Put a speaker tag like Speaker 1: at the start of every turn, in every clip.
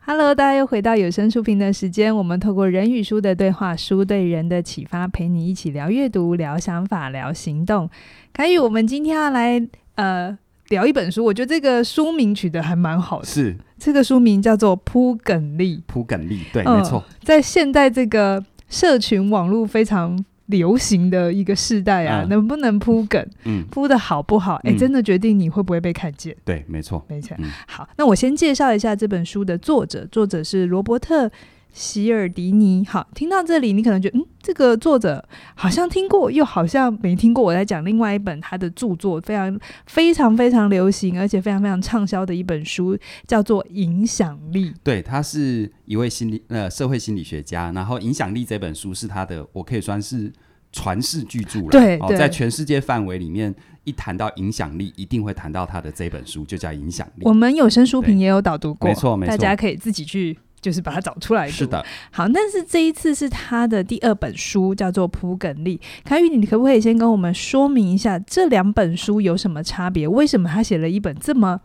Speaker 1: Hello，大家又回到有声书评的时间。我们透过人与书的对话，书对人的启发，陪你一起聊阅读、聊想法、聊行动。凯宇，我们今天要来呃聊一本书，我觉得这个书名取得还蛮好的。
Speaker 2: 是
Speaker 1: 这个书名叫做《铺梗力
Speaker 2: 哦铺梗力，对，》，
Speaker 1: 嗯
Speaker 2: 没错，
Speaker 1: 在现代这个社群网络非常流行的一个时代啊，
Speaker 2: 嗯
Speaker 1: 能不能铺梗，
Speaker 2: 嗯，
Speaker 1: 铺的好不好，哎、
Speaker 2: 嗯
Speaker 1: 真的决定你会不会被看见。
Speaker 2: 对，没错，
Speaker 1: 没错。
Speaker 2: 嗯
Speaker 1: 好，那我先介绍一下这本书的作者，作者是罗伯特·席尔迪尼。好，听到这里，你可能觉得，嗯，这个作者好像听过，又好像没听过。我在讲另外一本他的著作，非常非常非常流行，而且非常非常畅销的一本书，叫做《影响力》。
Speaker 2: 对，他是一位心理呃社会心理学家，然后《影响力》这本书是他的，我可以算是传世巨著了，
Speaker 1: 对
Speaker 2: 哦，
Speaker 1: 对
Speaker 2: 在全世界范围里面，一谈到影响力，一定会谈到他的这本书，就叫《影响力
Speaker 1: 我》，们有声书评也有导读过，
Speaker 2: 没错没错
Speaker 1: 大家可以自己去。就是把它找出来读
Speaker 2: 是的，
Speaker 1: 好，但是这一次是他的第二本书，叫做《蒲梗力》。凯宇，你可不可以先跟我们说明一下这两本书有什么差别？为什么他写了一本这么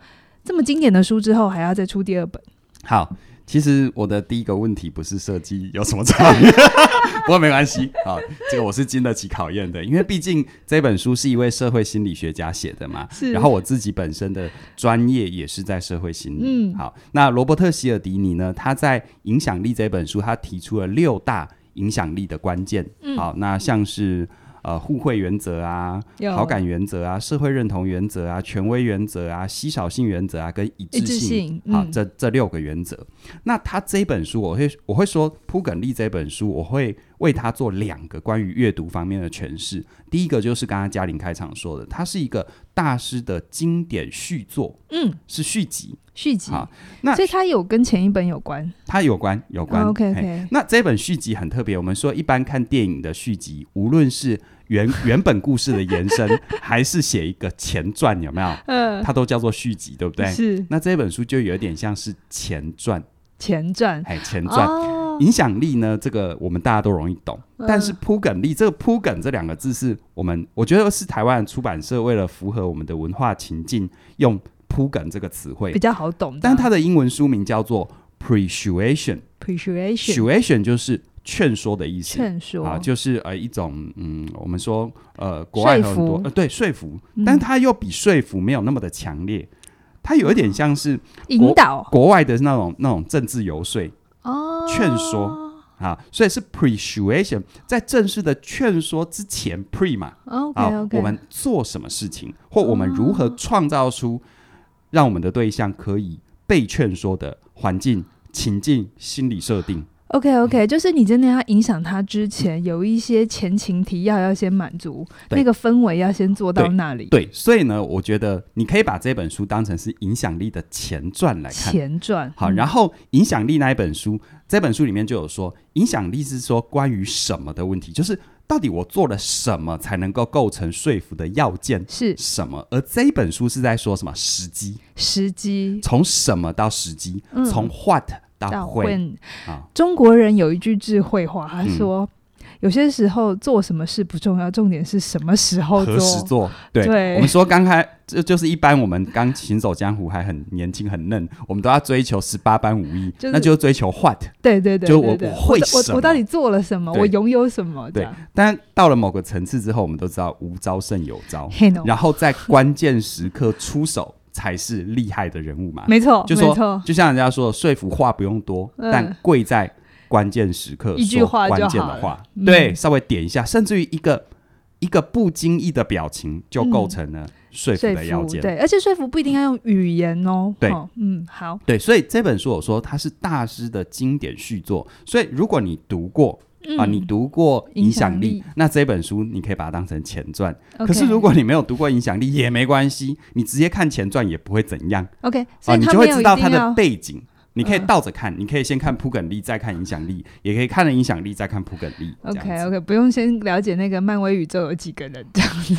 Speaker 1: 这么经典的书之后，还要再出第二本？
Speaker 2: 好。其实我的第一个问题不是设计有什么差别， 不过没关系好，这个我是经得起考验的，因为毕竟这本书是一位社会心理学家写的嘛，
Speaker 1: 是
Speaker 2: 然后我自己本身的专业也是在社会心理。
Speaker 1: 嗯
Speaker 2: 好，那罗伯特·希尔迪尼呢？他在《影响力》这本书，他提出了六大影响力的关键。
Speaker 1: 嗯
Speaker 2: 好，那像是呃互惠原则啊、
Speaker 1: 有
Speaker 2: 好感原则啊、社会认同原则啊、权威原则啊、稀少性原则啊跟一
Speaker 1: 一
Speaker 2: 致
Speaker 1: 致
Speaker 2: 性。
Speaker 1: 性，
Speaker 2: 好，
Speaker 1: 嗯，
Speaker 2: 这这六个原则。那他这本书，我会我会说《铺梗力》这本书，我会为他做两个关于阅读方面的诠释。第一个就是刚刚嘉玲开场说的，它是一个大师的经典续作，
Speaker 1: 嗯，
Speaker 2: 是续集。
Speaker 1: 续集，
Speaker 2: 好那
Speaker 1: 所以它有跟前一本有关。哦
Speaker 2: 它有关有关。
Speaker 1: OK
Speaker 2: 嘿
Speaker 1: OK，
Speaker 2: 那这本续集很特别，我们说一般看电影的续集，无论是原 原本故事的延伸，还是写一个前传，有没有？
Speaker 1: 嗯、
Speaker 2: 它都叫做续集，对不对？
Speaker 1: 是
Speaker 2: 那这本书就有点像是前传，
Speaker 1: 前传，
Speaker 2: 哎，前传。
Speaker 1: 哦，
Speaker 2: 影响力呢，这个我们大家都容易懂，
Speaker 1: 嗯
Speaker 2: 但是铺梗力，这个铺梗这两个字是我们，我觉得是台湾出版社为了符合我们的文化情境，用铺梗这个词汇
Speaker 1: 比。较好懂的。
Speaker 2: 但它的英文书名叫做 persuasion，persuasion
Speaker 1: appreciation
Speaker 2: 就是劝说的意思。
Speaker 1: 劝说
Speaker 2: 啊，就是呃一种嗯，我们说呃，国外有很
Speaker 1: 说
Speaker 2: 多
Speaker 1: 服
Speaker 2: 呃对说服，
Speaker 1: 嗯
Speaker 2: 但它又比说服没有那么的强烈，它有一点像是
Speaker 1: 引导
Speaker 2: 国外的那种那种政治游说，
Speaker 1: 哦，
Speaker 2: 劝说啊，所以是 persuasion，在正式的劝说之前 pre 嘛，啊
Speaker 1: OK OK，
Speaker 2: 我们做什么事情，或我们如
Speaker 1: 哦
Speaker 2: 何创造出让我们的对象可以被劝说的环境、情境、心理设定。
Speaker 1: OK
Speaker 2: 嗯
Speaker 1: OK，就是你真的要影响他之前，有一些前情提要要先满足，
Speaker 2: 对
Speaker 1: 那个氛围要先做到那里。
Speaker 2: 对，所以呢，我觉得你可以把这本书当成是影响力的前传来看。
Speaker 1: 前传嗯
Speaker 2: 好，然
Speaker 1: 后
Speaker 2: 后《影响力》那一本书，这本书里面就有说，影响力是说关于什么的问题，就是到底我做了什么才能够构成说服的要件
Speaker 1: 是
Speaker 2: 什么？而这一本书是在说什么时机？
Speaker 1: 时机
Speaker 2: 从什么到时机？
Speaker 1: 嗯
Speaker 2: 从 what 到
Speaker 1: 到
Speaker 2: when？
Speaker 1: when
Speaker 2: 啊
Speaker 1: 中国人有一句智慧话，他
Speaker 2: 嗯
Speaker 1: 说、有些时候做什么事不重要，重点是什么时候做。
Speaker 2: 何时做？对，
Speaker 1: 对
Speaker 2: 我们说刚开，这就是一般我们刚行走江湖还很年轻很嫩，我们都要追求十八般武艺，
Speaker 1: 就是
Speaker 2: 那就追求 what。
Speaker 1: 对对对
Speaker 2: 就
Speaker 1: 对
Speaker 2: 我
Speaker 1: 对
Speaker 2: 我会
Speaker 1: 我
Speaker 2: 什
Speaker 1: 我
Speaker 2: 么
Speaker 1: 我到底做了什么？
Speaker 2: 对
Speaker 1: 我拥有什么？这
Speaker 2: 对
Speaker 1: 样，
Speaker 2: 但到了某个层次之后，我们都知道无招胜有招，
Speaker 1: 嘿 no，
Speaker 2: 然后在关键时刻出手才是厉害的人物嘛。
Speaker 1: 没错，
Speaker 2: 就
Speaker 1: 没
Speaker 2: 说
Speaker 1: 错，
Speaker 2: 就像人家说的，说服话不用多，
Speaker 1: 嗯
Speaker 2: 但贵在关键时刻
Speaker 1: 一句
Speaker 2: 说
Speaker 1: 话就
Speaker 2: 关键
Speaker 1: 好了
Speaker 2: 的话，
Speaker 1: 嗯
Speaker 2: 对，稍微点一下，甚至于一个一个不经意的表情就构成了说服
Speaker 1: 嗯说
Speaker 2: 的要
Speaker 1: 服
Speaker 2: 件。
Speaker 1: 对，而且说服不一定要用语言哦。
Speaker 2: 对
Speaker 1: 哦嗯，好，
Speaker 2: 对所以这本书我说它是大师的经典续作，所以如果你读过、
Speaker 1: 嗯
Speaker 2: 啊，你读过《
Speaker 1: 影
Speaker 2: 影
Speaker 1: 响
Speaker 2: 响
Speaker 1: 力
Speaker 2: 力》，那这本书你可以把它当成前传。
Speaker 1: OK
Speaker 2: 可是如果你没有读过《影响力》也没关系，你直接看前传也不会怎样。
Speaker 1: OK，所
Speaker 2: 啊，
Speaker 1: 以
Speaker 2: 你
Speaker 1: 他
Speaker 2: 就
Speaker 1: 没
Speaker 2: 会
Speaker 1: 有
Speaker 2: 知
Speaker 1: 一
Speaker 2: 道它
Speaker 1: 定
Speaker 2: 的
Speaker 1: 要
Speaker 2: 背景。你可以
Speaker 1: 嗯
Speaker 2: 倒着看，你可以先看铺梗力，再看影响力，也可以看了影响力，再看铺梗力。这样
Speaker 1: OK
Speaker 2: 子
Speaker 1: OK，不用先了解那个漫威宇宙有几个人这样子，？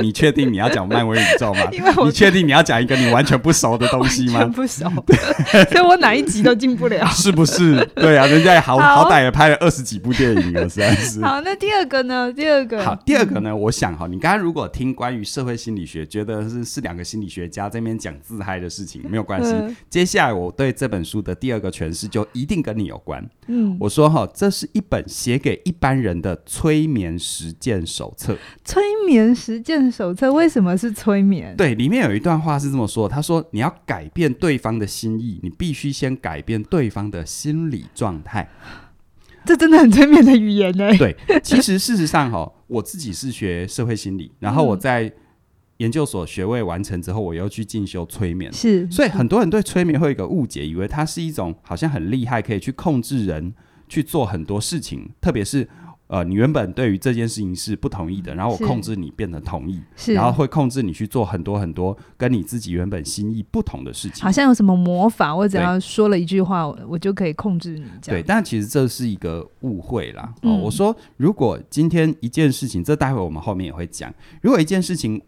Speaker 2: 你确定你要讲漫威宇宙吗
Speaker 1: 因为我
Speaker 2: 啊你确定你要讲一个你完全不熟的东西
Speaker 1: 全
Speaker 2: 吗？
Speaker 1: 不熟， 所以我哪一集都进不了。
Speaker 2: 是不是？对啊，人家也好
Speaker 1: 好
Speaker 2: 好歹也拍了二十几部电影了，实在 是。
Speaker 1: 好，那第二个呢？第二个
Speaker 2: 好，第二个呢，我想哈，你刚刚如果听关于社会心理学，觉得是是两个心理学家在那边讲自嗨的事情，没有关系。
Speaker 1: 嗯
Speaker 2: 接下来我对这本书的第二个诠释就一定跟你有关。
Speaker 1: 嗯，
Speaker 2: 我说哈，这是一本写给一般人的催眠实践手册。
Speaker 1: 催眠实践手册为什么是催眠？
Speaker 2: 对，里面有一段话是这么说，他说：“你要改变对方的心意，你必须先改变对方的心理状态。
Speaker 1: 这真的很催眠的语言欸呢、”
Speaker 2: 对，其实事实上哈，我自己是学社会心理，然后我
Speaker 1: 嗯
Speaker 2: 在研究所学位完成之后，我又去进修催眠。
Speaker 1: 是，
Speaker 2: 所以很多人对催眠会有一个误解，以为它是一种好像很厉害，可以去控制人去做很多事情，特别是呃，你原本对于这件事情是不同意的，然后我
Speaker 1: 嗯是
Speaker 2: 控制你变得同意，
Speaker 1: 是
Speaker 2: 然后会控制你去做很多很多跟你自己原本心意不同的事情
Speaker 1: 好。像有什么魔法，我只
Speaker 2: 对
Speaker 1: 要说了一句话，我我就可以控制你这
Speaker 2: 对，
Speaker 1: 样。
Speaker 2: 但其实这是一个误会啦。哦，
Speaker 1: 嗯
Speaker 2: 我说如果今天一件事情，这待会我们后面也会讲，如果一件事情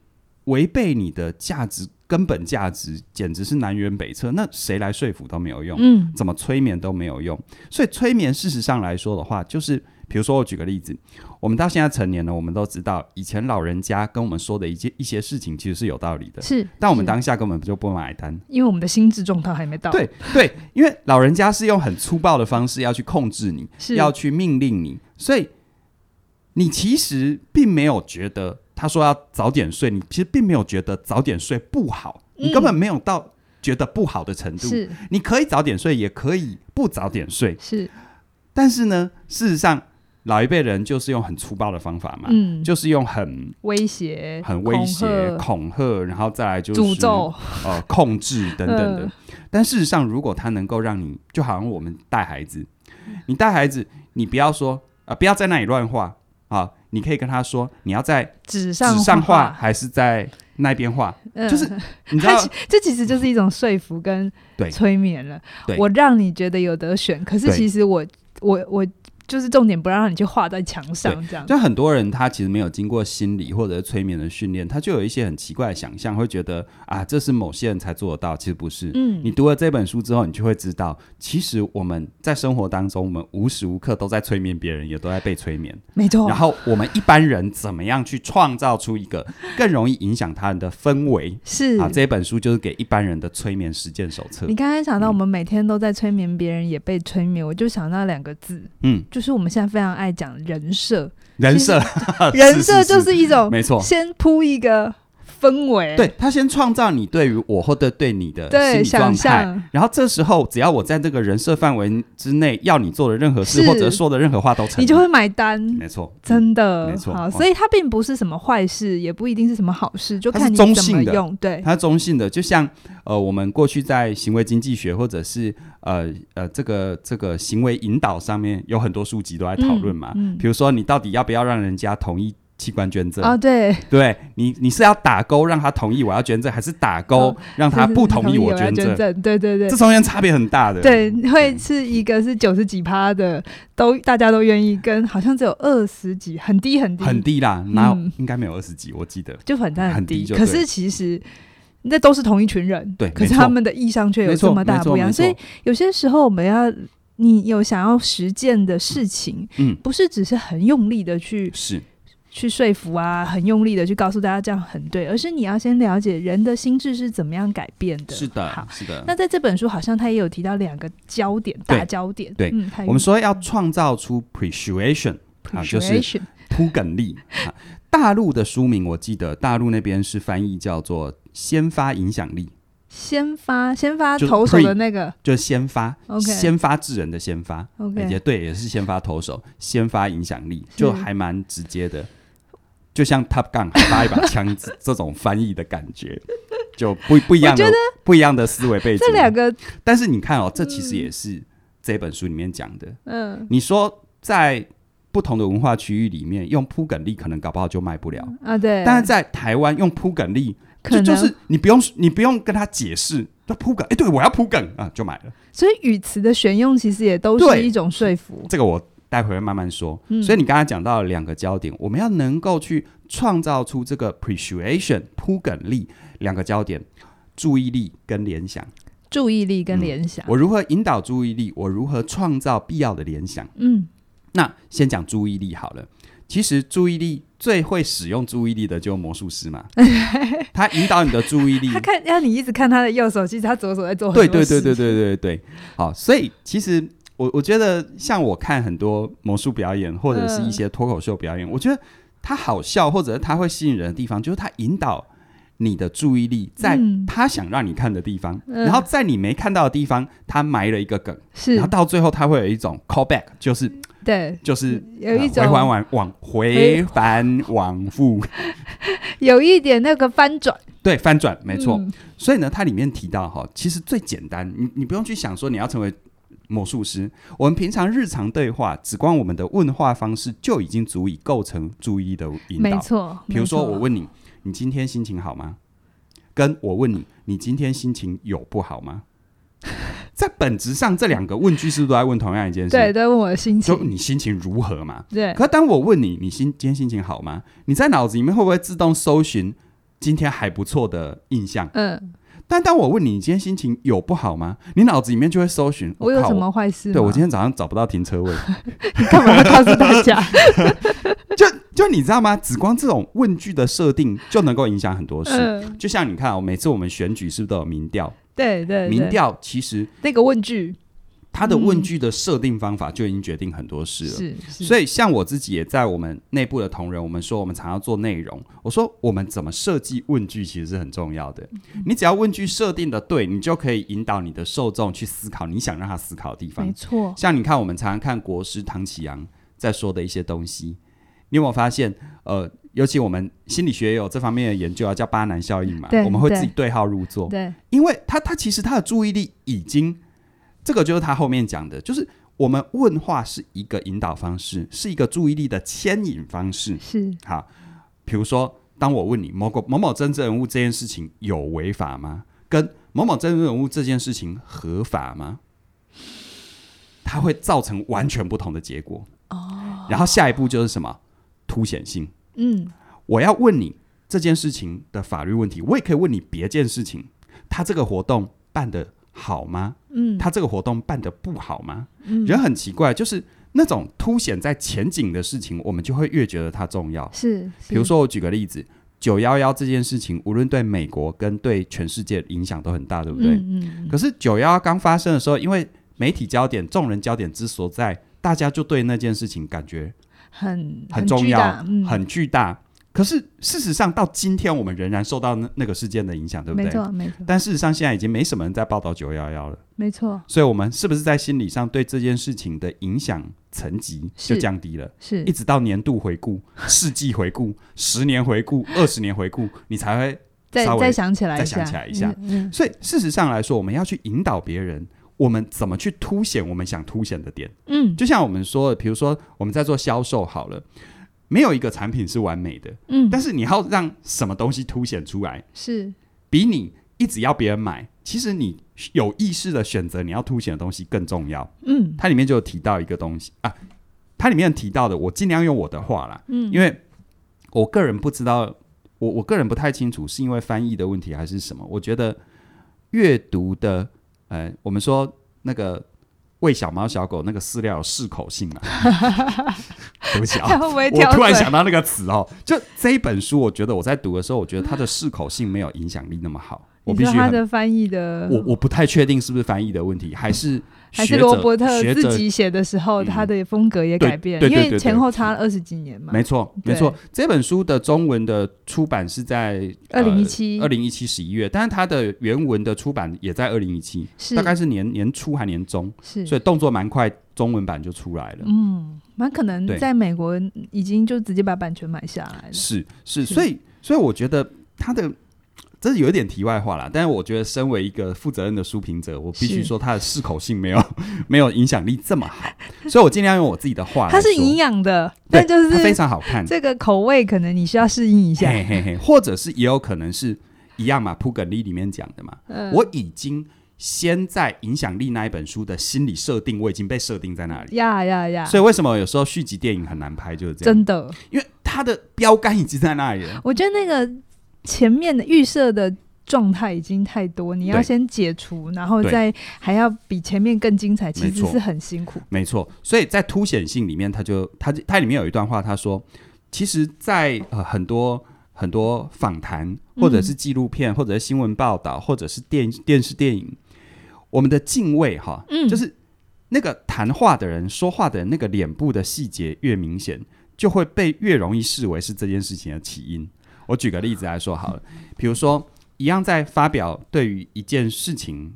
Speaker 2: 违背你的价值、根本价值，简直是南辕北辙，那谁来说服都没有用。
Speaker 1: 嗯，
Speaker 2: 怎么催眠都没有用。所以催眠事实上来说的话，就是比如说我举个例子，我们到现在成年了，我们都知道以前老人家跟我们说的一些一些事情其实是有道理的，
Speaker 1: 是。
Speaker 2: 但我们
Speaker 1: 是
Speaker 2: 当下根本就不买单。
Speaker 1: 因为我们的心智状态还没到，，
Speaker 2: 对对，因为老人家是用很粗暴的方式要去控制你，
Speaker 1: 是
Speaker 2: 要去命令你，所以你其实并没有觉得他说要早点睡，你其实并没有觉得早点睡不好，你根本没有到觉得不好的程度。
Speaker 1: 嗯是
Speaker 2: 你可以早点睡，也可以不早点睡。
Speaker 1: 是，
Speaker 2: 但是呢，事实上，老一辈人就是用很粗暴的方法嘛，
Speaker 1: 嗯，
Speaker 2: 就是用很
Speaker 1: 威胁、
Speaker 2: 很威胁、
Speaker 1: 恐吓
Speaker 2: 恐吓，然后再来就是
Speaker 1: 诅咒，
Speaker 2: 呃、控制等等的。
Speaker 1: 嗯
Speaker 2: 但事实上，如果他能够让你，就好像我们带孩子，你带孩子，你不要说啊、呃不要在那里乱画啊，你可以跟他说，你要在
Speaker 1: 纸上
Speaker 2: 纸上画
Speaker 1: 画，
Speaker 2: 还是在那 边画，
Speaker 1: 嗯
Speaker 2: 就是你知
Speaker 1: 它
Speaker 2: 道
Speaker 1: 其这其实就是一种说服跟
Speaker 2: 对
Speaker 1: 催眠了
Speaker 2: 对。
Speaker 1: 我让你觉得有得选，可是
Speaker 2: 对
Speaker 1: 其实我我我就是重点不让你去画在墙上这样。
Speaker 2: 就很多人他其实没有经过心理或者是催眠的训练，他就有一些很奇怪的想象，会觉得啊，这是某些人才做得到，其实不是。
Speaker 1: 嗯
Speaker 2: 你读了这本书之后，你就会知道，其实我们在生活当中，我们无时无刻都在催眠别人，也都在被催眠。
Speaker 1: 没错
Speaker 2: 然，后我们一般人怎么样去创造出一个更容易影响他人的氛围
Speaker 1: 是
Speaker 2: 啊？这本书就是给一般人的催眠实践手册
Speaker 1: 你。刚才想到我
Speaker 2: 嗯
Speaker 1: 们每天都在催眠别人，也被催眠，我就想到两个字，
Speaker 2: 嗯，
Speaker 1: 就是我们现在非常爱讲人 设，
Speaker 2: 人设，
Speaker 1: 人设就是是一种
Speaker 2: 没错。
Speaker 1: 先铺一个氛围，
Speaker 2: 对他先创造你对于我或者对你的心
Speaker 1: 对，
Speaker 2: 理状
Speaker 1: 想
Speaker 2: 态，
Speaker 1: 象
Speaker 2: 然后这时候，只要我在这个人设范围之内，要你做的任何事
Speaker 1: 是
Speaker 2: 或者说的任何话都成立，
Speaker 1: 你就会买单。
Speaker 2: 没错，
Speaker 1: 真的，
Speaker 2: 嗯没错
Speaker 1: 好，
Speaker 2: 哦
Speaker 1: 所以它并不是什么坏事，也不一定是什么好事，就
Speaker 2: 它
Speaker 1: 看
Speaker 2: 是
Speaker 1: 你
Speaker 2: 中
Speaker 1: 怎么
Speaker 2: 性的
Speaker 1: 用。对，
Speaker 2: 它中性的，就像呃，我们过去在行为经济学或者是呃呃这个这个行为引导上面有很多书籍都在讨论嘛，
Speaker 1: 嗯嗯
Speaker 2: 比如说你到底要不要让人家同意。器官捐赠，
Speaker 1: 啊，对，
Speaker 2: 对你，你是要打勾让他同意我要捐赠，还是打勾、
Speaker 1: 哦
Speaker 2: 让他
Speaker 1: 是
Speaker 2: 不
Speaker 1: 是
Speaker 2: 同意
Speaker 1: 意
Speaker 2: 我
Speaker 1: 要
Speaker 2: 捐赠？
Speaker 1: 赠，对对对
Speaker 2: 这。中间差别很大的。
Speaker 1: 对， 会是一个是九十几趴的，都大家都愿意跟，好像只有二十几，很低很低，
Speaker 2: 很低啦，哪有、
Speaker 1: 嗯
Speaker 2: 应该没有二十几，我记得。
Speaker 1: 就反弹
Speaker 2: 很低
Speaker 1: 低。
Speaker 2: 就
Speaker 1: 可
Speaker 2: 对
Speaker 1: 是其实那都是同一群人，
Speaker 2: 对
Speaker 1: 可是
Speaker 2: 没错
Speaker 1: 他们的意向却有
Speaker 2: 没
Speaker 1: 这
Speaker 2: 错
Speaker 1: 么大
Speaker 2: 没错
Speaker 1: 不一样。
Speaker 2: 没错
Speaker 1: 所以有些时候我们要，你有想要实践的事情，
Speaker 2: 嗯
Speaker 1: 不是只是很用力的去
Speaker 2: 是
Speaker 1: 去说服啊，很用力的去告诉大家这样很对，而是你要先了解人的心智是怎么样改变的。
Speaker 2: 是的
Speaker 1: 好，。
Speaker 2: 是的。
Speaker 1: 那在这本书好像他也有提到两个焦点，
Speaker 2: 对
Speaker 1: 大焦点。
Speaker 2: 对
Speaker 1: 嗯，还有
Speaker 2: 我们说要创造出 appreciation 啊，就是
Speaker 1: appreciation
Speaker 2: 铺梗力、啊。大陆的书名我记得，大陆那边是翻译叫做“先发影响力
Speaker 1: 先发先发
Speaker 2: 就是
Speaker 1: 投手
Speaker 2: pre
Speaker 1: 的那个”，
Speaker 2: 就是先发
Speaker 1: OK
Speaker 2: 先发制人的先发。也
Speaker 1: OK，
Speaker 2: 对，也是先发投手，先发影响力，
Speaker 1: 是
Speaker 2: 就还蛮直接的，就像 Top Gun 还发一把枪这这种翻译的感觉， 就不不一样
Speaker 1: 我
Speaker 2: 的
Speaker 1: 觉得
Speaker 2: 不一样的思维背景。
Speaker 1: 这两嗯个
Speaker 2: 但是你看哦，这其实也是这本书里面讲的。
Speaker 1: 嗯
Speaker 2: 你说在不同的文化区域里面，用铺梗力可能搞不好就卖不了，
Speaker 1: 啊对，
Speaker 2: 但是在台湾用铺梗力，
Speaker 1: 可
Speaker 2: 这
Speaker 1: 能
Speaker 2: 就是你不用你不用跟他解释，就铺梗。哎，对我要铺梗啊，就买了。
Speaker 1: 所以语词的选用其实也都是
Speaker 2: 对
Speaker 1: 一种说服。
Speaker 2: 这个我待会会慢慢说。
Speaker 1: 嗯
Speaker 2: 所以你刚才讲到了两个焦点，我们要能够去创造出这个 appreciation 铺梗力两个焦点。注意力跟联想，
Speaker 1: 注意力跟联想。
Speaker 2: 嗯我如何引导注意力？我如何创造必要的联想？
Speaker 1: 嗯，
Speaker 2: 那先讲注意力好了。其实注意力最会使用注意力的就是魔术师 嘛，他引导你的注意力
Speaker 1: 他。看让你一直看他的右手，其实他左手在做很
Speaker 2: 对
Speaker 1: 多
Speaker 2: 对
Speaker 1: 事
Speaker 2: 对对对对对，好，所以其实我我觉得像我看很多魔术表演或者
Speaker 1: 嗯
Speaker 2: 是一些脱口秀表演，我觉得它好笑或者它会吸引人的地方，就是它引导你的注意力在
Speaker 1: 嗯
Speaker 2: 他想让你看的地方，
Speaker 1: 嗯
Speaker 2: 然后在你没看到的地方，他埋了一个梗，
Speaker 1: 是
Speaker 2: 然后到最后他会有一种 callback，就是
Speaker 1: 对，
Speaker 2: 就是。
Speaker 1: 有一
Speaker 2: 呃
Speaker 1: 种
Speaker 2: 回环往往回返往复，
Speaker 1: 有一点那个翻转，
Speaker 2: 对翻转，没错。
Speaker 1: 嗯
Speaker 2: 所以呢，它里面提到哈，其实最简单，你你不用去想说你要成为魔术师，我们平常日常对话，只光我们的问话方式就已经足以构成注意的引
Speaker 1: 没
Speaker 2: 导。
Speaker 1: 错。
Speaker 2: 比如说，
Speaker 1: 没错
Speaker 2: 我，问你，你今天心情好吗？跟我问你，你今天心情有不好吗？ 在本质上，这两个问句是不是都在问同样一件事，
Speaker 1: 对，在问我的心
Speaker 2: 就
Speaker 1: 情，
Speaker 2: 你心情如何嘛？
Speaker 1: 对，
Speaker 2: 可当我问你，你心今天心情好吗？你在脑子里面会不会自动搜寻今天还不错的印象？
Speaker 1: 嗯，
Speaker 2: 但当我问你，你今天心情有不好吗？你脑子里面就会搜寻哦
Speaker 1: 我有
Speaker 2: 靠
Speaker 1: 什么坏事吗？
Speaker 2: 对我今天早上找不到停车位，
Speaker 1: 你 干嘛要告诉大 家？
Speaker 2: 就就你知道吗？只光这种问句的设定就能够影响很多事。
Speaker 1: 嗯，
Speaker 2: 就像你看、哦，每次我们选举是不是都有民调？
Speaker 1: 对对，对
Speaker 2: 民调其实
Speaker 1: 那个问句
Speaker 2: 它的问句的设定方法就已经决定很多事了。
Speaker 1: 是是，
Speaker 2: 啊所以，像我自己也在我们内部的同仁，我们说我们常要做内容。我说我们怎么设计问句其实是很重要的。
Speaker 1: 嗯
Speaker 2: 你只要问句设定的对，你就可以引导你的受众去思考你想让他思考的地方
Speaker 1: 没。错，
Speaker 2: 像你看，我们常常看国师唐启阳在说的一些东西，你有没有发现？呃，尤其我们心理学也有这方面的研究啊，叫巴南效应嘛
Speaker 1: 对，
Speaker 2: 我们会自己对号入座，
Speaker 1: 对，
Speaker 2: 因为他他其实他的注意力已经，这个就是他后面讲的，就是我们问话是一个引导方式，是一个注意力的牵引方式。
Speaker 1: 是
Speaker 2: 好，比如说，当我问你某个某某政治人物这件事情有违法吗？跟某某政治人物这件事情合法吗？它会造成完全不同的结果。哦。然后下一步就是什么？凸显性。
Speaker 1: 嗯，
Speaker 2: 我要问你这件事情的法律问题，我也可以问你别件事情，他这个活动办得好吗？
Speaker 1: 嗯，
Speaker 2: 他这个活动办得不好吗？
Speaker 1: 嗯
Speaker 2: 人很奇怪，就是那种凸显在前景的事情，我们就会越觉得它重要。
Speaker 1: 是，
Speaker 2: 比如
Speaker 1: 是
Speaker 2: 说，我举个例子，九幺幺这件事情，无论对美国跟对全世界影响都很大，对不对？
Speaker 1: 嗯嗯
Speaker 2: 可是九幺幺刚发生的时候，因为媒体焦点、众人焦点之所在，大家就对那件事情感觉
Speaker 1: 很
Speaker 2: 很重
Speaker 1: 巨
Speaker 2: 要、
Speaker 1: 大嗯，
Speaker 2: 很巨大。可是事实上，到今天我们仍然受到那那个事件的影响，对不
Speaker 1: 没
Speaker 2: 对？
Speaker 1: 错没错
Speaker 2: 但事实上，现在已经没什么人在报道九幺幺了，
Speaker 1: 没错，
Speaker 2: 所以我们是不是在心理上对这件事情的影响层级就是降低了？
Speaker 1: 是
Speaker 2: 一直到年度回顾、世纪回顾、十年回顾、二十年回顾，你才会。
Speaker 1: 再
Speaker 2: 稍微
Speaker 1: 再想起来
Speaker 2: 再
Speaker 1: 一
Speaker 2: 想
Speaker 1: 下，
Speaker 2: 起来一下
Speaker 1: 嗯，嗯
Speaker 2: 所以事实上来说，我们要去引导别人，我们怎么去凸显我们想凸显的点？
Speaker 1: 嗯
Speaker 2: 就像我们说的，比如说我们在做销售好了，没有一个产品是完美的，
Speaker 1: 嗯，
Speaker 2: 但是你要让什么东西凸显出来，
Speaker 1: 是
Speaker 2: 比你一直要别人买，其实你有意识的选择你要凸显的东西更重要。
Speaker 1: 嗯
Speaker 2: 它里面就有提到一个东西啊，它里面提到的，我尽量用我的话啦，
Speaker 1: 嗯，
Speaker 2: 因为我个人不知道，我我个人不太清楚是因为翻译的问题还是什么。我觉得阅读的，呃，我们说那个喂小猫小狗那个饲料有适口性嘛， 对不起啊。
Speaker 1: 会不会
Speaker 2: 我
Speaker 1: 挑
Speaker 2: 突然
Speaker 1: 嘴
Speaker 2: 想到那个词哦，就这一本书，我觉得我在读的时候，我觉得它的适口性没有影响力那么好。我
Speaker 1: 你
Speaker 2: 必
Speaker 1: 说
Speaker 2: 须
Speaker 1: 他
Speaker 2: 很
Speaker 1: 的翻译的，
Speaker 2: 我我不太确定是不是翻译的问题，还是
Speaker 1: 还
Speaker 2: 学
Speaker 1: 是
Speaker 2: 者
Speaker 1: 罗伯特
Speaker 2: 学者
Speaker 1: 自己写的时候，
Speaker 2: 嗯
Speaker 1: 他的风格也
Speaker 2: 对
Speaker 1: 改变，
Speaker 2: 对对
Speaker 1: 因为
Speaker 2: 对
Speaker 1: 前
Speaker 2: 对
Speaker 1: 后差了二十几年嘛，
Speaker 2: 没错，没
Speaker 1: 对
Speaker 2: 错。这本书的中文的出版是在
Speaker 1: 2017
Speaker 2: 呃二零一七十一月，但是它的原文的出版也在二零一七，
Speaker 1: 是
Speaker 2: 大概是年年初还年中，
Speaker 1: 是，
Speaker 2: 所以动作蛮快，中文版就出来了。
Speaker 1: 嗯，蛮可能
Speaker 2: 对
Speaker 1: 在美国已经就直接把版权买下来了，
Speaker 2: 是是，
Speaker 1: 是
Speaker 2: 所以所以我觉得它的。这是有一点题外话啦，但是我觉得身为一个负责任的书评者，我必须
Speaker 1: 是
Speaker 2: 说它的适口性没有 没有影响力这么好，所以我尽量用我自己的话来
Speaker 1: 它是
Speaker 2: 说
Speaker 1: 营养的，
Speaker 2: 对
Speaker 1: 但就
Speaker 2: 它非
Speaker 1: 是
Speaker 2: 常好看，
Speaker 1: 这个口味可能你需要适应一下，
Speaker 2: 嘿嘿嘿，或者是也有可能是一样嘛，铺梗力里面讲的嘛，
Speaker 1: 嗯
Speaker 2: 我已经先在《影响力》那一本书的心理设定，我已经被设定在那里。
Speaker 1: 呀呀呀，
Speaker 2: 所以为什么有时候续集电影很难拍，就是这样，
Speaker 1: 真的，
Speaker 2: 因为它的标杆已经在那里了。
Speaker 1: 我觉得那个前面的预设的状态已经太多，你要
Speaker 2: 对
Speaker 1: 先解除，然后
Speaker 2: 对
Speaker 1: 再还要比前面更精彩，其实
Speaker 2: 错
Speaker 1: 是很辛苦。
Speaker 2: 没错，所以在凸显性里面，他就他他里面有一段话，他说，其实在，呃很多很多访谈，或者是纪录片，或者是新闻报道，或者是电电视电影，我们的敬畏哈，
Speaker 1: 嗯
Speaker 2: 就是那个谈话的人、说话的人那个脸部的细节越明显，就会被越容易视为是这件事情的起因。我举个例子来说好了，比如说一样在发表对于一件事情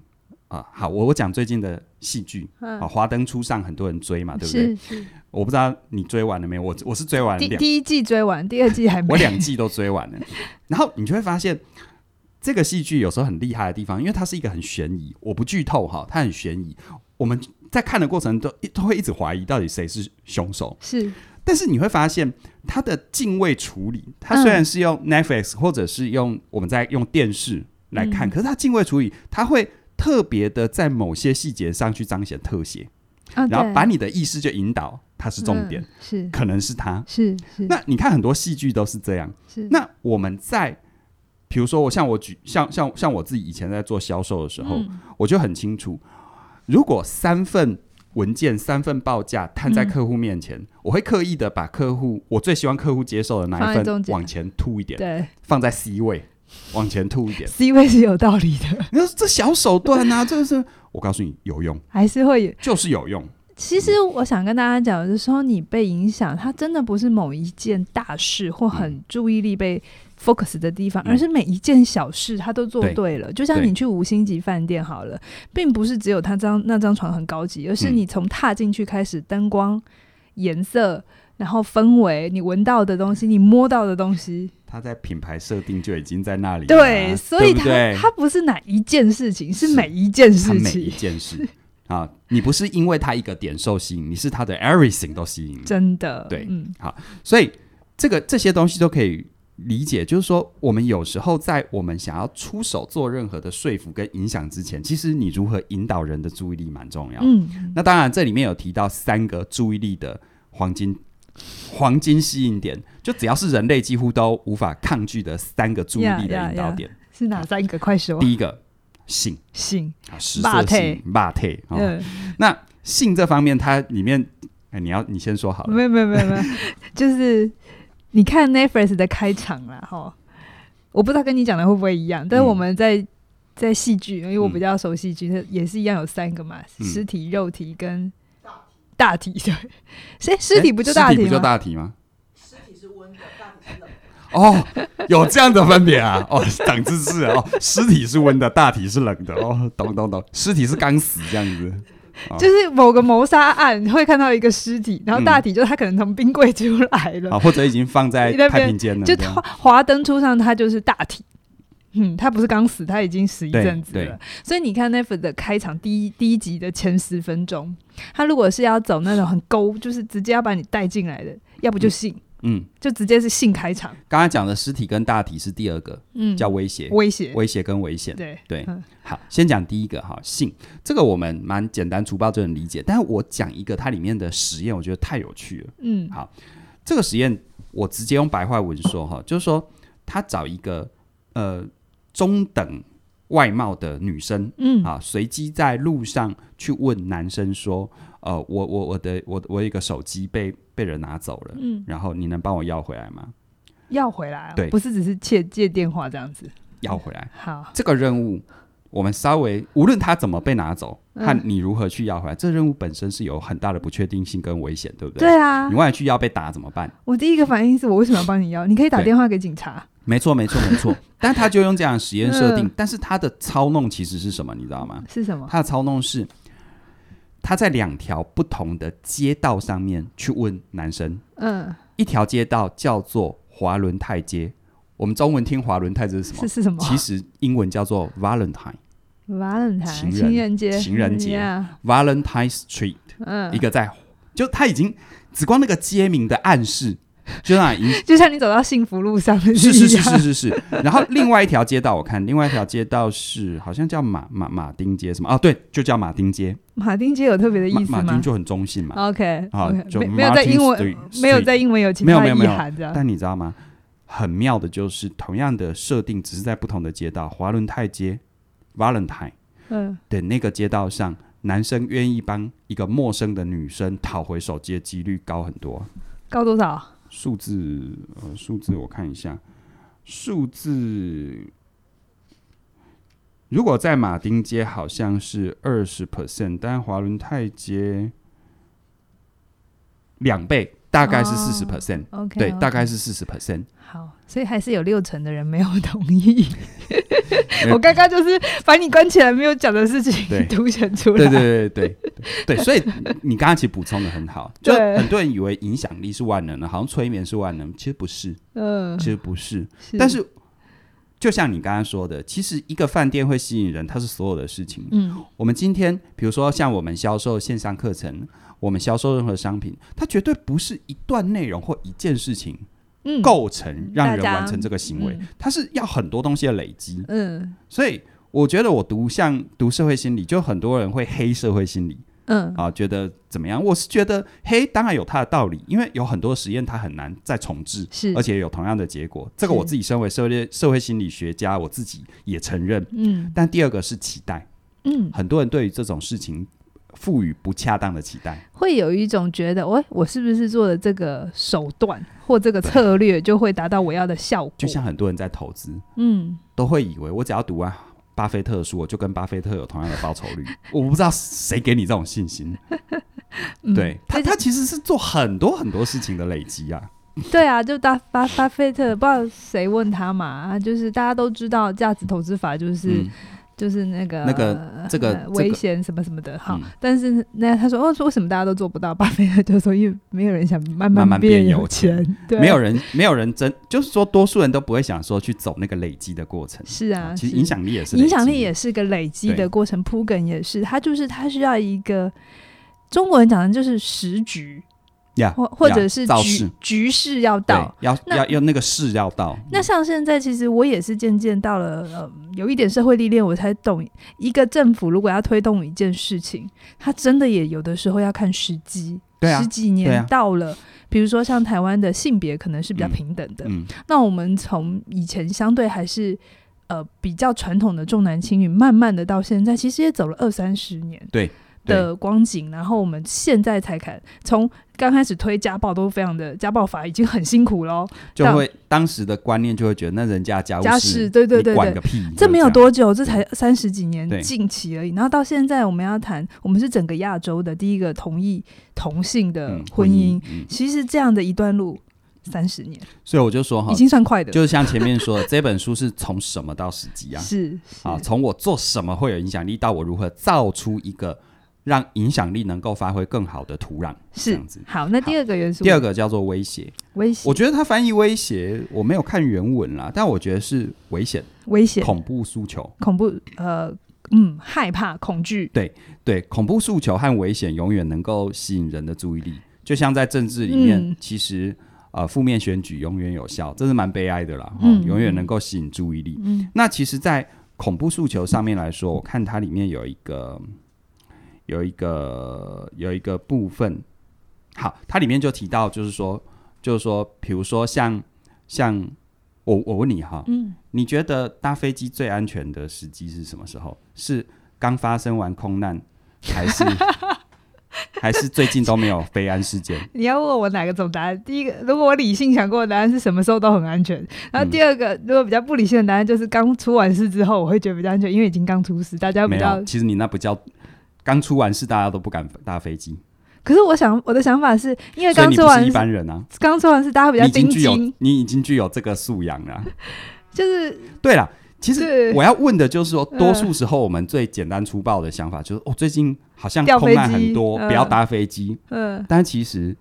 Speaker 2: 啊、好，我我讲最近的戏剧。
Speaker 1: 嗯
Speaker 2: 啊，，华灯初上，很多人追嘛，啊对不
Speaker 1: 是
Speaker 2: 对？
Speaker 1: 是，
Speaker 2: 我不知道你追完了没有，我我是追完
Speaker 1: 第
Speaker 2: 两，
Speaker 1: 第一季追完，第二季还没。
Speaker 2: 我两季都追完了。 然后你就会发现，这个戏剧有时候很厉害的地方，因为它是一个很悬疑，我不剧透哈，它很悬疑。我们在看的过程都都会一直怀疑到底谁是凶手，
Speaker 1: 是
Speaker 2: 但是你会发现它的敬畏处理，它
Speaker 1: 嗯
Speaker 2: 虽然是用 Netflix 或者是用我们在用电视来看，
Speaker 1: 嗯
Speaker 2: 可是它敬畏处理，它会特别的在某些细节上去彰显特写。
Speaker 1: 啊，
Speaker 2: 然后
Speaker 1: 对
Speaker 2: 把你的意识就引导，它是重点，
Speaker 1: 嗯是
Speaker 2: 可能是它。
Speaker 1: 是是，
Speaker 2: 那你看很多戏剧都是这样。
Speaker 1: 是
Speaker 2: 那我们在，比如说我像我举像像像我自己以前在做销售的时候，
Speaker 1: 嗯
Speaker 2: 我就很清楚，如果三份文件、三份报价摊在
Speaker 1: 嗯
Speaker 2: 客户面前，我会刻意的把客户我最希望客户接受的那
Speaker 1: 放
Speaker 2: 一
Speaker 1: 在
Speaker 2: 份
Speaker 1: 中间
Speaker 2: 往前凸一点，
Speaker 1: 对
Speaker 2: 放在 C 位， 往前凸一点。
Speaker 1: C 位是有道理的，
Speaker 2: 你说这小手段 啊，这是我告诉你有用，
Speaker 1: 还是会有。
Speaker 2: 就是有用。
Speaker 1: 其实
Speaker 2: 嗯
Speaker 1: 我想跟大家讲，有的时候你被影响，它真的不是某一件大事或很注意力被 focus 的地方，
Speaker 2: 嗯
Speaker 1: 而是每一件小事他都做
Speaker 2: 对
Speaker 1: 对了。就像
Speaker 2: 对
Speaker 1: 你去五星级饭店好了，并不是只有他张那张床很高级，而是
Speaker 2: 嗯
Speaker 1: 你从踏进去开始，灯光、颜色，然后氛围，你闻到的东西，你摸到的东西，
Speaker 2: 他在品牌设定就已经在那里了啊，
Speaker 1: 对，所以
Speaker 2: 对
Speaker 1: 它
Speaker 2: 不对
Speaker 1: 它不是哪一件事情，是
Speaker 2: 是
Speaker 1: 每一件
Speaker 2: 他
Speaker 1: 事
Speaker 2: 每一
Speaker 1: 情，
Speaker 2: 件事啊，你不是因为他一个点受吸引，你是他的 everything 都吸引你，
Speaker 1: 真的，
Speaker 2: 对
Speaker 1: 嗯，
Speaker 2: 所以这个这些东西都可以理解，就是说我们有时候在我们想要出手做任何的说服跟影响之前，其实你如何引导人的注意力蛮重要。
Speaker 1: 嗯，
Speaker 2: 那当然，这里面有提到三个注意力的黄金。黄金吸引点，就只要是人类几乎都无法抗拒的三个注意力的
Speaker 1: Yeah, yeah,
Speaker 2: 引导点。
Speaker 1: 是哪三个？快说，
Speaker 2: 第一个，性
Speaker 1: 性，
Speaker 2: 啊，食
Speaker 1: 肉
Speaker 2: 色
Speaker 1: 体
Speaker 2: 性、霸体啊，
Speaker 1: 嗯。
Speaker 2: 那性这方面，它里面，哎，你要你先说好了。
Speaker 1: 没有没有没有 没有，就是你看 Netflix 的开场啦，哈，我不知道跟你讲的会不会一样，但是
Speaker 2: 嗯
Speaker 1: 我们在、在戏剧，因为我
Speaker 2: 嗯
Speaker 1: 比较熟戏剧，它也是一样有三个嘛，
Speaker 2: 嗯
Speaker 1: 尸体、肉体跟大体，对，谁尸
Speaker 2: 哎
Speaker 1: 体不就大
Speaker 2: 尸体
Speaker 1: 体
Speaker 2: 不就
Speaker 1: 吗？
Speaker 2: 大体吗？尸体是温的，大体是冷。哦，有这样的分别啊！哦，长知识了哦，尸体是温的，大体是冷的哦，懂懂懂，尸体是刚死这样子，大
Speaker 1: 就是某个谋杀案会看到一个尸体，然后
Speaker 2: 嗯
Speaker 1: 大体就是他可能从冰柜出来了，
Speaker 2: 啊，或者已经放在
Speaker 1: 你那边
Speaker 2: 太平间了，
Speaker 1: 就
Speaker 2: 这样
Speaker 1: 华华灯初上，它就是大体。嗯，他不是刚死，他已经死一
Speaker 2: 对
Speaker 1: 阵子
Speaker 2: 对
Speaker 1: 了。所以你看 n e f 的开场第一第一集的前十分钟，他如果是要走那种很勾，就是直接要把你带进来的，要不就性，
Speaker 2: 嗯，
Speaker 1: 就直接是性开场，
Speaker 2: 刚才讲的尸体跟大体是第二个，
Speaker 1: 嗯，
Speaker 2: 叫威胁，
Speaker 1: 威胁，
Speaker 2: 威胁啊跟危险。
Speaker 1: 对
Speaker 2: 对
Speaker 1: 嗯
Speaker 2: 好，先讲第一个哈，性这个我们蛮简单粗暴就能理解，但是我讲一个它里面的实验，我觉得太有趣了。
Speaker 1: 嗯
Speaker 2: 好这个实验我直接用白话文说哈，就是说他找一个呃中等外貌的女生
Speaker 1: 嗯，
Speaker 2: 啊，随机在路上去问男生说，呃，我我我的我我有一个手机被被人拿走了，
Speaker 1: 嗯
Speaker 2: 然后你能帮我要回来吗？
Speaker 1: 要回来、啊，
Speaker 2: 对
Speaker 1: 不是只是借借电话这样子。
Speaker 2: 要回来
Speaker 1: 好，
Speaker 2: 这个任务。我们稍微，无论他怎么被拿走，
Speaker 1: 嗯
Speaker 2: 和你如何去要回来，这任务本身是有很大的不确定性跟危险，对不对？
Speaker 1: 对啊
Speaker 2: 你，万一去要被打怎么办？
Speaker 1: 我第一个反应是我为什么要帮你要？你可以打
Speaker 2: 对
Speaker 1: 电话给警察。
Speaker 2: 没错，没错，没 错。但他就用这样的实验设定
Speaker 1: 嗯，
Speaker 2: 但是他的操弄其实是什么？你知道吗？
Speaker 1: 是什么？
Speaker 2: 他的操弄是他在两条不同的街道上面去问男生，
Speaker 1: 嗯，
Speaker 2: 一条街道叫做华伦泰街，我们中文听华伦泰这是什么
Speaker 1: 是？是什么？
Speaker 2: 其实英文叫做 Valentine
Speaker 1: Valentine
Speaker 2: 情人
Speaker 1: 情人节，
Speaker 2: 情人节
Speaker 1: Yeah，
Speaker 2: Valentine Street，、
Speaker 1: 嗯，
Speaker 2: 一个在就他已经只光那个街名的暗示，就让人影
Speaker 1: 就像你走到幸福路上的
Speaker 2: 是是
Speaker 1: 一
Speaker 2: 是
Speaker 1: 样
Speaker 2: 是是是。然后另外一条街道，我看另外一条街道是好像叫马马马丁街什么哦，对，就叫马丁街。
Speaker 1: 马丁街有特别的意思
Speaker 2: 马马丁
Speaker 1: 吗
Speaker 2: 就很中性嘛。
Speaker 1: ？OK，
Speaker 2: 啊
Speaker 1: OK，
Speaker 2: 就
Speaker 1: 哦没没有在
Speaker 2: Martin
Speaker 1: 英文
Speaker 2: Street-
Speaker 1: 没有在英文有其
Speaker 2: 没有
Speaker 1: 他
Speaker 2: 没有
Speaker 1: 意
Speaker 2: 没有
Speaker 1: 涵这样。
Speaker 2: 但你知道吗？很妙的就是，同样的设定，只是在不同的街道，华伦泰街 （Valentine）
Speaker 1: 嗯，
Speaker 2: 的那个街道上，男生愿意帮一个陌生的女生讨回手机的几率高很多。
Speaker 1: 高多少？
Speaker 2: 数字，呃，数字我看一下，数字，如果在马丁街好像是二十 percent，但华伦泰街两倍，大概是
Speaker 1: 哦
Speaker 2: 四十 percent，
Speaker 1: OK，
Speaker 2: 对，
Speaker 1: OK
Speaker 2: 大概是四十 percent。。
Speaker 1: 好，所以还是有六成的人没有同意 我刚刚就是把你关起来没有讲的事情
Speaker 2: 对
Speaker 1: 凸显出来。
Speaker 2: 对对对对 对对，所以你刚刚其实补充的很好，就
Speaker 1: 对
Speaker 2: 很多人以为影响力是万能的，好像催眠是万能，其实不是，
Speaker 1: 嗯，
Speaker 2: 其实不是，但是就像你刚刚说的，其实一个饭店会吸引人，它是所有的事情。
Speaker 1: 嗯，
Speaker 2: 我们今天比如说像我们销售线上课程，我们销售任何商品，它绝对不是一段内容或一件事情
Speaker 1: 嗯，
Speaker 2: 构成让人
Speaker 1: 大家
Speaker 2: 完成这个行为
Speaker 1: 嗯，
Speaker 2: 它是要很多东西的累积。
Speaker 1: 嗯
Speaker 2: 所以我觉得我读像读社会心理，就很多人会黑社会心理
Speaker 1: 嗯
Speaker 2: 啊，觉得怎么样？我是觉得黑当然有它的道理，因为有很多实验它很难再重置。
Speaker 1: 是，
Speaker 2: 而且有同样的结果。这个
Speaker 1: 是
Speaker 2: 我自己身为社会社会心理学家，我自己也承认。
Speaker 1: 嗯
Speaker 2: 但第二个是期待，
Speaker 1: 嗯，
Speaker 2: 很多人对于这种事情赋予不恰当的期待。
Speaker 1: 会有一种觉得，喂，我是不是做的这个手段或这个策略就会达到我要的效果？
Speaker 2: 就像很多人在投资，
Speaker 1: 嗯，
Speaker 2: 都会以为我只要读完巴菲特的书，我就跟巴菲特有同样的报酬 率。我不知道谁给你这种信心。
Speaker 1: 嗯
Speaker 2: 对他，
Speaker 1: 而且
Speaker 2: 他其实是做很多很多事情的累积啊。
Speaker 1: 对啊，就巴巴巴菲特，不知道谁问他嘛，就是大家都知道价值投资法就是、
Speaker 2: 嗯，
Speaker 1: 就是那个
Speaker 2: 那个这个
Speaker 1: 呃
Speaker 2: 这个
Speaker 1: 危险什么什么的哈。
Speaker 2: 嗯
Speaker 1: 但是那他说哦，为什么大家都做不到？巴菲特就说，因为没有人想慢
Speaker 2: 慢慢变
Speaker 1: 变
Speaker 2: 有
Speaker 1: 钱，对，
Speaker 2: 没有人，没有人真，就是说，多数人都不会想说去走那个累积的过程。
Speaker 1: 是啊，
Speaker 2: 其实
Speaker 1: 是
Speaker 2: 影响力也是累积，
Speaker 1: 影响力也是个累积
Speaker 2: 对
Speaker 1: 的过程，铺梗也是，它就是它需要一个中国人讲的就是时局，
Speaker 2: 呀
Speaker 1: 或或者
Speaker 2: 呀
Speaker 1: 是
Speaker 2: 造势
Speaker 1: 局局势要到。
Speaker 2: 对，要
Speaker 1: 那
Speaker 2: 要要那个势要到。
Speaker 1: 那像现在，其实我也是渐渐到了，呃，有一点社会历练，我才懂，一个政府如果要推动一件事情，它真的也有的时候要看时机。
Speaker 2: 对啊
Speaker 1: 十几
Speaker 2: 对
Speaker 1: 年
Speaker 2: 啊
Speaker 1: 到了，比如说像台湾的性别可能是比较
Speaker 2: 嗯
Speaker 1: 平等的，
Speaker 2: 嗯，
Speaker 1: 那我们从以前相对还是呃比较传统的重男轻女，慢慢的到现在，其实也走了二三十年
Speaker 2: 对对
Speaker 1: 的光景，然后我们现在才看，从刚开始推家暴都非常的家暴法已经很辛苦喽，
Speaker 2: 就会当时的观念就会觉得，那人家家务
Speaker 1: 家
Speaker 2: 事，
Speaker 1: 事对对对
Speaker 2: 你管
Speaker 1: 对
Speaker 2: 个屁，
Speaker 1: 这
Speaker 2: 就
Speaker 1: 没有
Speaker 2: 样
Speaker 1: 多久，这才三十几年
Speaker 2: 对
Speaker 1: 近期而已。然后到现在我们要谈，我们是整个亚洲的第一个同意同性的
Speaker 2: 嗯
Speaker 1: 婚姻，
Speaker 2: 嗯
Speaker 1: 其实这样的一段路三十年
Speaker 2: 所以我就说哈
Speaker 1: 已，经算快的，
Speaker 2: 就是像前面说的， 这本书是从什么到时机啊？
Speaker 1: 是
Speaker 2: 啊，
Speaker 1: 是
Speaker 2: 从我做什么会有影响力，到我如何造出一个让影响力能够发挥更好的土壤。这
Speaker 1: 是
Speaker 2: 样子。
Speaker 1: 好，那第二个元素，
Speaker 2: 第二个叫做威胁，
Speaker 1: 危险
Speaker 2: 我觉得他翻译威胁，我没有看原文啦，但我觉得是危险、
Speaker 1: 危险
Speaker 2: 恐怖诉求。
Speaker 1: 恐怖，呃，嗯，害怕、恐惧，
Speaker 2: 对，恐怖诉求和危险永远能够吸引人的注意力，就像在政治里面，
Speaker 1: 嗯
Speaker 2: 其实呃负面选举永远有效，这是蛮悲哀的啦，哦
Speaker 1: 嗯
Speaker 2: 永远能够吸引注意力。
Speaker 1: 嗯
Speaker 2: 那其实，在恐怖诉求上面来说，我看它里面有一个有一个有一个部分，好，它里面就提到，就是说，就是说，比如说像像我我问你哈，
Speaker 1: 嗯，
Speaker 2: 你觉得搭飞机最安全的时机是什么时候？是刚发生完空难，还是 还是最近都没有飞安事件？
Speaker 1: 你要问我哪个总答案？第一个，如果我理性想过的答案是什么时候都很安全，然
Speaker 2: 嗯
Speaker 1: 后第二个，如果比较不理性的答案就是刚出完事之后，我会觉得比较安全，因为已经刚出事，大家比
Speaker 2: 没
Speaker 1: 较
Speaker 2: 有，。其实你那不叫刚出完事，大家都不敢搭飞机，
Speaker 1: 可是我想我的想法是因为
Speaker 2: 所以
Speaker 1: 刚
Speaker 2: 你
Speaker 1: 出
Speaker 2: 不
Speaker 1: 完
Speaker 2: 是一
Speaker 1: 事
Speaker 2: 般人啊，
Speaker 1: 刚出完事，大家比
Speaker 2: 你
Speaker 1: 较
Speaker 2: 已经
Speaker 1: 盯
Speaker 2: 具有
Speaker 1: 紧，
Speaker 2: 你已经具有这个素养了。
Speaker 1: 就是
Speaker 2: 对了，其实
Speaker 1: 是
Speaker 2: 我要问的就是说，
Speaker 1: 嗯
Speaker 2: 多数时候我们最简单粗暴的想法就是，哦，最近好像
Speaker 1: 掉
Speaker 2: 空
Speaker 1: 飞
Speaker 2: 难很
Speaker 1: 机
Speaker 2: 多，
Speaker 1: 嗯
Speaker 2: 不要搭飞机。
Speaker 1: 嗯、呃，
Speaker 2: 但其实，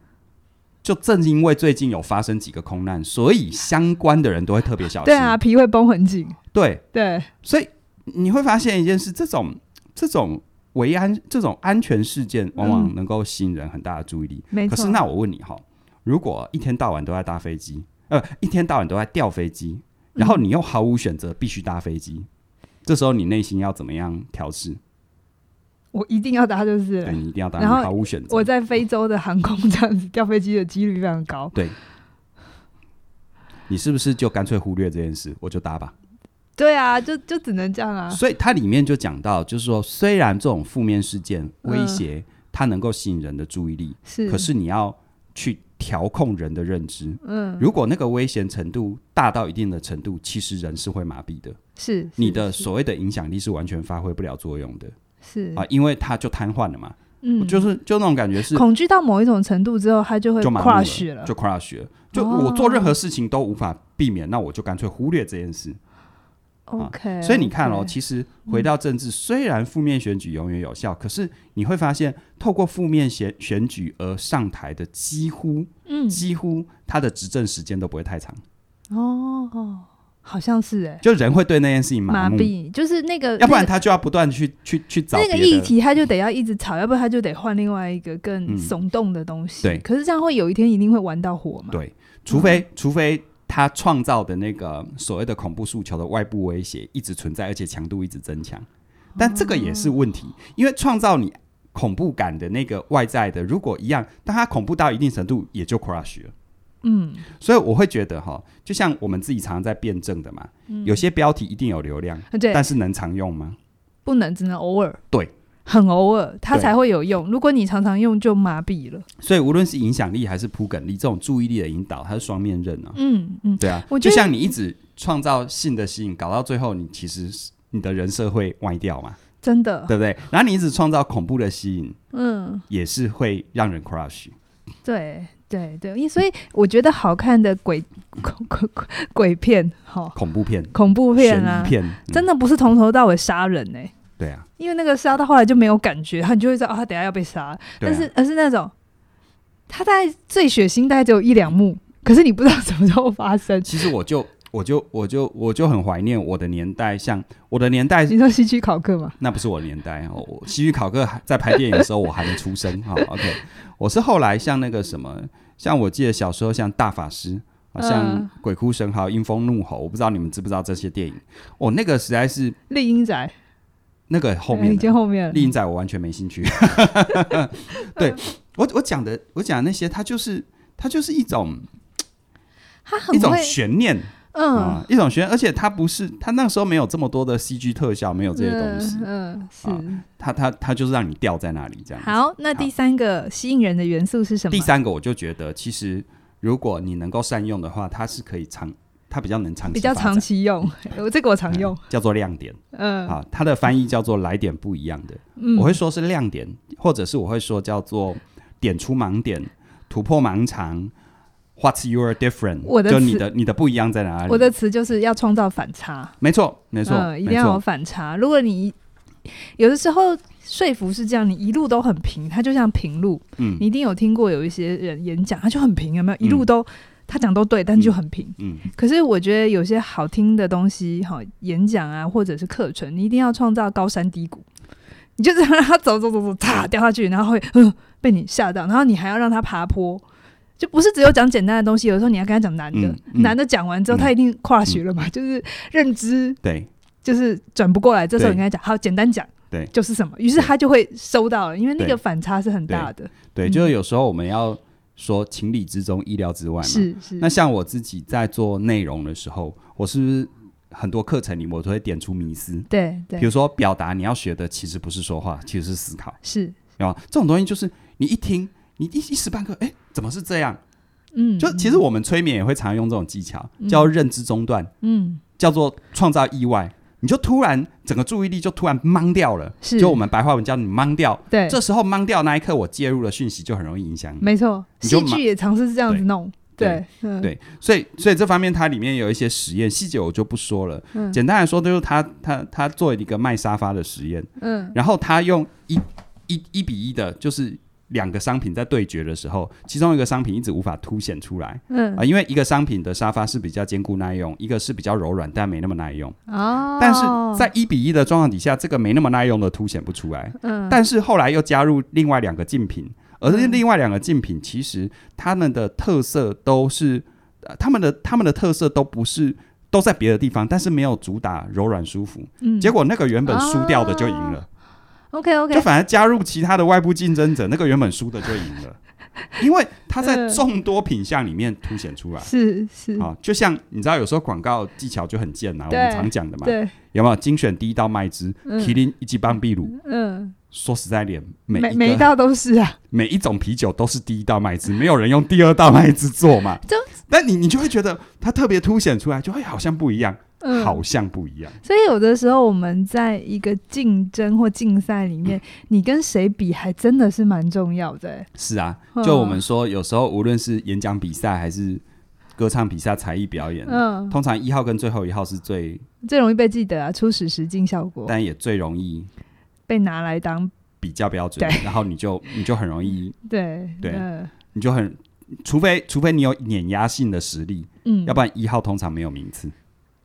Speaker 2: 就正因为最近有发生几个空难，所以相关的人都会特别小心。
Speaker 1: 对啊，，皮会绷很紧，
Speaker 2: 对，
Speaker 1: 对，
Speaker 2: 所以你会发现一件事：这种这种维安这种安全事件，
Speaker 1: 嗯
Speaker 2: 往往能够吸引人很大的注意力。
Speaker 1: 没
Speaker 2: 可
Speaker 1: 错。
Speaker 2: 是，那我问你哈，如果一天到晚都在搭飞机，呃，一天到晚都在掉飞机，然后你又毫无选择，必须搭飞机。这时候你内心要怎么样调试？
Speaker 1: 我一定要答就是
Speaker 2: 对
Speaker 1: 了。
Speaker 2: 你一定要搭，你
Speaker 1: 然后
Speaker 2: 毫无选择。
Speaker 1: 我 在非洲的航空这样子掉飞机的几率非常高，
Speaker 2: 对，你是不是就干脆忽略这件事，我就搭吧？
Speaker 1: 对啊，就就只能这样啊。
Speaker 2: 所以它里面就讲到，就是说，虽然这种负面事件、威胁，它能够吸引人的注意力，
Speaker 1: 嗯是，
Speaker 2: 可是你要去调控人的认知。
Speaker 1: 嗯，
Speaker 2: 如果那个危险程度大到一定的程度，其实人是会麻痹的，
Speaker 1: 是是
Speaker 2: 你的
Speaker 1: 是
Speaker 2: 所谓的影响力是完全发挥不了作用的
Speaker 1: 是
Speaker 2: 啊，因为它就瘫痪了嘛，
Speaker 1: 嗯，
Speaker 2: 就是就那种感觉是
Speaker 1: 恐惧到某一种程度之后，它就会
Speaker 2: 就麻木
Speaker 1: crush
Speaker 2: 了，
Speaker 1: 了。
Speaker 2: 就 crush 了，就
Speaker 1: 哦
Speaker 2: 我做任何事情都无法避免，那我就干脆忽略这件事。
Speaker 1: OK，
Speaker 2: 所以你看哦，
Speaker 1: OK
Speaker 2: 其实回到政治，虽然负面选举永远有效，可是你会发现，透过负面选选举而上台的，几乎
Speaker 1: 嗯，
Speaker 2: 几乎他的执政时间都不会太长，
Speaker 1: 哦，好像是哎，
Speaker 2: 就人会对那件事情麻
Speaker 1: 麻
Speaker 2: 木，
Speaker 1: 痹就是那个，
Speaker 2: 要不
Speaker 1: 那
Speaker 2: 然
Speaker 1: 个
Speaker 2: 他就要不断去去去找
Speaker 1: 那个
Speaker 2: 别
Speaker 1: 议
Speaker 2: 的。
Speaker 1: 题，他就得要一直吵，要不然他就得换另外一个更
Speaker 2: 嗯
Speaker 1: 耸动的东西。
Speaker 2: 对
Speaker 1: 可是这样会有一天一定会玩到火嘛？嗯
Speaker 2: 对，除非、除非他创造的那个所谓的恐怖诉求的外部威胁一直存在，而且强度一直增强，但这个也
Speaker 1: 哦
Speaker 2: 是问题，因为创造你恐怖感的那个外在的，如果一样，当它恐怖到一定程度，也就 crush 了。
Speaker 1: 嗯，
Speaker 2: 所以我会觉得哈，就像我们自己常常在辩证的嘛，有些标题一定有流量，
Speaker 1: 嗯对，
Speaker 2: 但是能常用吗？
Speaker 1: 不能只能偶尔，
Speaker 2: 对，
Speaker 1: 很偶尔，它
Speaker 2: 对
Speaker 1: 才会有用。如果你常常用，就麻痹了。
Speaker 2: 所以无论是影响力还是铺梗力，这种注意力的引导，它是双面刃啊。
Speaker 1: 嗯嗯，
Speaker 2: 对啊
Speaker 1: 我，觉
Speaker 2: 就
Speaker 1: 得
Speaker 2: 像你一直创造性的吸引，搞到最后，你其实是你的人设会歪掉嘛，
Speaker 1: 真的，
Speaker 2: 对不对？然后你一直创造恐怖的吸引，
Speaker 1: 嗯，
Speaker 2: 也是会让人 crush。
Speaker 1: 对对对，因为所以我觉得好看的鬼鬼鬼鬼鬼片，哈、
Speaker 2: 恐怖片、
Speaker 1: 恐怖片啊
Speaker 2: 悬疑，片，
Speaker 1: 真
Speaker 2: 的、
Speaker 1: 的不是从头到尾杀人哎、
Speaker 2: 对啊，
Speaker 1: 因为那个杀到后来就没有感觉，你就会知道哦，他等一下要被杀。
Speaker 2: 对啊
Speaker 1: 但是而是那种，他大概最血腥大概只有一两幕，可是你不知道什么时候发生。
Speaker 2: 其实我就我就我就我就很怀念我的年代，像我的年代
Speaker 1: 你说西区考克嘛？
Speaker 2: 那不是我年代哦，我西域考克还在拍电影的时候，我还没出生哈、o k 我是后来像那个什么，像我记得小时候像大法师，啊、像
Speaker 1: 嗯
Speaker 2: 鬼哭神嚎、阴风怒吼，我不知道你们知不知道这些电影。哦，那个实在是
Speaker 1: 丽英仔
Speaker 2: 那个后
Speaker 1: 哎
Speaker 2: 面
Speaker 1: 已
Speaker 2: 的
Speaker 1: 经后面了
Speaker 2: 丽。影仔，我完全 没兴趣。对
Speaker 1: 嗯
Speaker 2: 我我讲的我讲的那些，它就是它就是一种
Speaker 1: 他很
Speaker 2: 一种
Speaker 1: 会，
Speaker 2: 悬念
Speaker 1: 嗯，
Speaker 2: 啊、一种悬念，而且它不是它那时候没有这么多的 CG 特效，没有这些东西，啊
Speaker 1: 嗯，嗯
Speaker 2: 它它它就是让你吊在那里这
Speaker 1: 是。
Speaker 2: 样子。
Speaker 1: 好，那第三个吸引人的元素是什么？
Speaker 2: 第，三个，我就觉得其实如果你能够善用的话，它是可以长，它比较能长期
Speaker 1: 比较
Speaker 2: 发
Speaker 1: 长
Speaker 2: 展
Speaker 1: 期用，我 这个我常用
Speaker 2: 嗯。叫做亮点
Speaker 1: 嗯，
Speaker 2: 啊。它的翻译叫做来点不一样的，
Speaker 1: 嗯
Speaker 2: 我会说是亮点，或者是我会说叫做点出盲点、突破盲肠。What's your different？
Speaker 1: 我的
Speaker 2: 就
Speaker 1: 词
Speaker 2: 你的你的不一样在哪里？
Speaker 1: 我的词就是要创造反差。
Speaker 2: 没错没错、
Speaker 1: 嗯，一定
Speaker 2: 没
Speaker 1: 要有
Speaker 2: 错，
Speaker 1: 反差。如果你有的时候说服是这样，你一路都很平，他就像平路，
Speaker 2: 嗯
Speaker 1: 你一定有听过有一些人演讲，他就很平，有没有？一路都、他讲都对，但就很平。
Speaker 2: 嗯
Speaker 1: 可是我觉得有些好听的东西，哈，演讲啊，或者是课程，你一定要创造高山低谷。你就这样让他走走走走，啪掉下去，然后会嗯被你吓到，然后你还要让他爬坡，就不是只有讲简单的东西，有时候你要跟他讲难的，
Speaker 2: 嗯嗯
Speaker 1: 难的讲完之后，
Speaker 2: 嗯
Speaker 1: 他一定跨学了嘛，就是认知
Speaker 2: 对
Speaker 1: 就是转不过来，这时候
Speaker 2: 对
Speaker 1: 你跟他讲，好，简单讲，
Speaker 2: 对
Speaker 1: 就是什么，于是他就会收到了，因为那个反差是很大的，
Speaker 2: 对，
Speaker 1: 嗯
Speaker 2: 就是有时候我们要说情理之中、意料之外嘛。
Speaker 1: 是是
Speaker 2: 那，像我自己在做内容的时候，我是不是很多课程里我都会点出迷思？
Speaker 1: 对
Speaker 2: 比
Speaker 1: 对
Speaker 2: 如说表达，你要学的其实不是说话，其实是思考，
Speaker 1: 是，
Speaker 2: 对吧？这种东西就是你一听，你一一时半刻，哎，怎么是这样？
Speaker 1: 嗯，
Speaker 2: 就其实我们催眠也会常用这种技巧，
Speaker 1: 嗯
Speaker 2: 叫认知中断，
Speaker 1: 嗯
Speaker 2: 叫做创造意外。你就突然整个注意力就突然懵掉了，
Speaker 1: 是
Speaker 2: 就我们白话文叫你懵掉。
Speaker 1: 对，
Speaker 2: 这时候懵掉那一刻，我介入的讯息就很容易影响你。
Speaker 1: 没错，
Speaker 2: 你就
Speaker 1: 戏
Speaker 2: 马
Speaker 1: 剧也尝试这样子
Speaker 2: 对
Speaker 1: 弄，对嗯
Speaker 2: 对，所以所以这方面它里面有一些实验细节我就不说了。
Speaker 1: 嗯
Speaker 2: 简单来说，就是他他他做一个卖沙发的实验，
Speaker 1: 嗯
Speaker 2: 然后他用一一一比一的，就是两个商品在对决的时候，其中一个商品一直无法凸显出来啊、
Speaker 1: 嗯
Speaker 2: 因为一个商品的沙发是比较坚固耐用，一个是比较柔软但没那么耐用。
Speaker 1: 哦，
Speaker 2: 啊但是在一比一的状况底下，这个没那么耐用的凸显不出来。
Speaker 1: 嗯
Speaker 2: 但是后来又加入另外两个竞品，而
Speaker 1: 嗯
Speaker 2: 另外两个竞品其实他们的特色都是，呃他们的他们的特色都不是都在别的地方，但是没有主打柔软舒服。
Speaker 1: 嗯哦
Speaker 2: 结果那个原本输掉的就赢了，
Speaker 1: OK
Speaker 2: 就
Speaker 1: OK，
Speaker 2: 反而加入其他的外部竞争者，那个原本输的就赢了。因为它在
Speaker 1: 嗯
Speaker 2: 众多品项里面凸显出来。
Speaker 1: 是是，
Speaker 2: 啊，就像你知道，有时候广告技巧就很贱啊呐、我
Speaker 1: 嗯
Speaker 2: 们
Speaker 1: 对
Speaker 2: 常讲的嘛，
Speaker 1: 对，
Speaker 2: 有没有精选第一道麦汁，
Speaker 1: 嗯
Speaker 2: 麒麟一级棒秘鲁？
Speaker 1: 嗯，
Speaker 2: 说实在点，每
Speaker 1: 每
Speaker 2: 一
Speaker 1: 每一
Speaker 2: 个
Speaker 1: 道都是啊，
Speaker 2: 每一种啤酒都是第一道麦汁，没有人用第二道麦汁做嘛。
Speaker 1: 就
Speaker 2: 但你你就会觉得它特别凸显出来，就会好像不一样，
Speaker 1: 嗯，
Speaker 2: 好像不一样。
Speaker 1: 所以有的时候我们在一个竞争或竞赛里
Speaker 2: 嗯
Speaker 1: 面，你跟谁比，还真的是蛮重要的、欸。
Speaker 2: 是啊，
Speaker 1: 嗯
Speaker 2: 就我们说，有时候无论是演讲比赛还是歌唱比赛、才艺表演，
Speaker 1: 嗯，
Speaker 2: 通常一号跟最后一号是最，
Speaker 1: 最容易被记得啊，初始实境效果
Speaker 2: 但也最容易
Speaker 1: 被拿来当
Speaker 2: 比较标准，然后你就你就很容易，
Speaker 1: 对
Speaker 2: 对
Speaker 1: 嗯
Speaker 2: 你就很。除非除非你有碾压性的实力，
Speaker 1: 嗯，
Speaker 2: 要不然一号通常没有名次，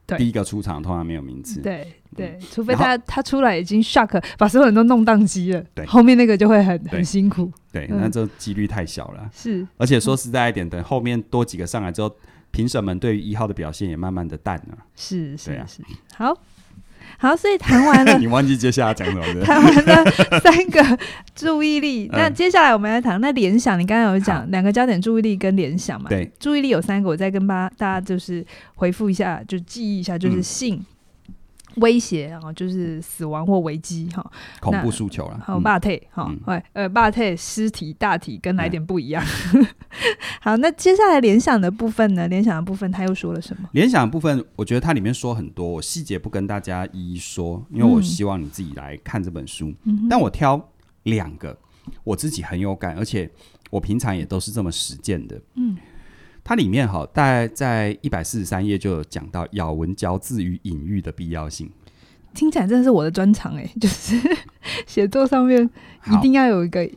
Speaker 1: 对
Speaker 2: 第一个出场通常没有名次，
Speaker 1: 对对，除非
Speaker 2: 嗯然后
Speaker 1: 他他出来已经 shock，把所有人都弄宕机了，
Speaker 2: 对
Speaker 1: 后面那个就会很很
Speaker 2: 对
Speaker 1: 辛苦。
Speaker 2: 对，
Speaker 1: 嗯
Speaker 2: 那这几率太小了。
Speaker 1: 是，
Speaker 2: 而且说实在一点，等后面多几个上来之后，评审们对于一号的表现也慢慢的淡了。
Speaker 1: 是是
Speaker 2: 对啊
Speaker 1: 是，好好，所以谈完了
Speaker 2: 你忘记接下来讲什么 了？
Speaker 1: 谈完了三个注意力，那
Speaker 2: 嗯
Speaker 1: 接下来我们来谈那联想。你刚刚有
Speaker 2: 好
Speaker 1: 讲两个焦点，注意力跟联想嘛？
Speaker 2: 对，
Speaker 1: 注意力有三个，我再跟大大家就是回复一下，就记忆一下，就是
Speaker 2: 嗯
Speaker 1: 性、威胁，然后就是死亡或危机哈。
Speaker 2: 恐怖诉求了。
Speaker 1: 好，
Speaker 2: 嗯
Speaker 1: 霸退哈
Speaker 2: 嗯，哎
Speaker 1: 哎、呃，霸退尸体大体跟哪一点不一样？ 好，那接下来联想的部分呢？联想的部分他又说了什么？
Speaker 2: 联想的部分，我觉得它里面说很多，我细节不跟大家一一说，因为我希望你自己来看这本书。
Speaker 1: 嗯嗯哼
Speaker 2: 但我挑两个我自己很有感，而且我平常也都是这么实践的。
Speaker 1: 嗯，
Speaker 2: 它里面哈，大概在一百四十三页就有讲到咬文嚼字与隐喻的必要性。
Speaker 1: 听起来真的是我的专长哎、 就是写作上面一
Speaker 2: 好
Speaker 1: 定要有一个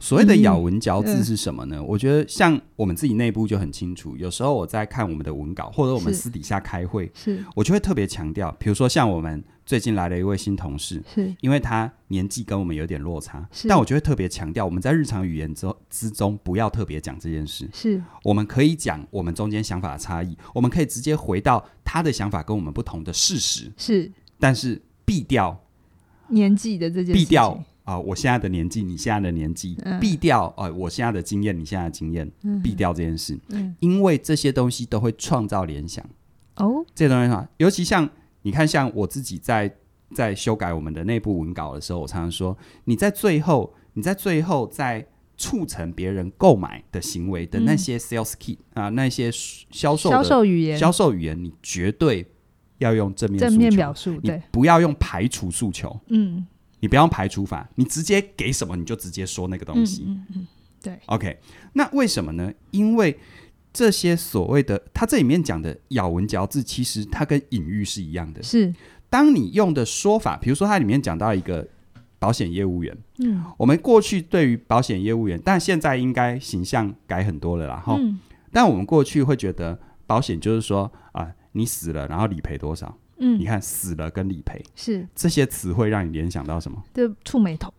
Speaker 2: 所谓的
Speaker 1: 嗯
Speaker 2: 咬文嚼字
Speaker 1: 嗯
Speaker 2: 是什么呢？我觉得像我们自己内部就很清楚，有时候我在看我们的文稿，或者我们
Speaker 1: 是
Speaker 2: 私底下开会，
Speaker 1: 是
Speaker 2: 我就会特别强调，比如说像我们最近来了一位新同事，
Speaker 1: 是
Speaker 2: 因为他年纪跟我们有点落差，
Speaker 1: 是
Speaker 2: 但我就会特别强调，我们在日常语言之之中不要特别讲这件事，
Speaker 1: 是
Speaker 2: 我们可以讲我们中间想法的差异，我们可以直接回到他的想法跟我们不同的事实，
Speaker 1: 是
Speaker 2: 但是避掉
Speaker 1: 年纪的这件事情
Speaker 2: 避掉啊、我现在的年纪，你现在的年纪，
Speaker 1: 嗯
Speaker 2: 避掉啊、我现在的经验，你现在的经验，
Speaker 1: 嗯
Speaker 2: 避掉这件事，
Speaker 1: 嗯
Speaker 2: 因为这些东西都会创造联想。
Speaker 1: 哦
Speaker 2: 这些东西哈，尤其像你看，像我自己在在修改我们的内部文稿的时候，我常常说，你在最后，你在最后在促成别人购买的行为的那
Speaker 1: 嗯
Speaker 2: 些 sales key、啊，那些销售的
Speaker 1: 销售语言
Speaker 2: 销售语言，你绝对要用正面
Speaker 1: 正
Speaker 2: 诉
Speaker 1: 面
Speaker 2: 求
Speaker 1: 表述
Speaker 2: 你
Speaker 1: 对
Speaker 2: 不要用排除诉求，
Speaker 1: 嗯
Speaker 2: 你不要用排除法，你直接给什么你就直接说那个东
Speaker 1: 嗯
Speaker 2: 西。
Speaker 1: 嗯嗯
Speaker 2: OK，那为什么呢？因为这些所谓的，它这里面讲的咬文嚼字，其实它跟隐喻是一样的。
Speaker 1: 是
Speaker 2: 当你用的说法，比如说它里面讲到一个保险业务员，
Speaker 1: 嗯
Speaker 2: 我们过去对于保险业务员，但现在应该形象改很多了啦。哈、
Speaker 1: 嗯
Speaker 2: 但我们过去会觉得保险就是说啊、你死了，然后理赔多少？
Speaker 1: 嗯
Speaker 2: 你看死了跟理赔
Speaker 1: 是
Speaker 2: 这些词汇，让你联想到什么？
Speaker 1: 就触眉头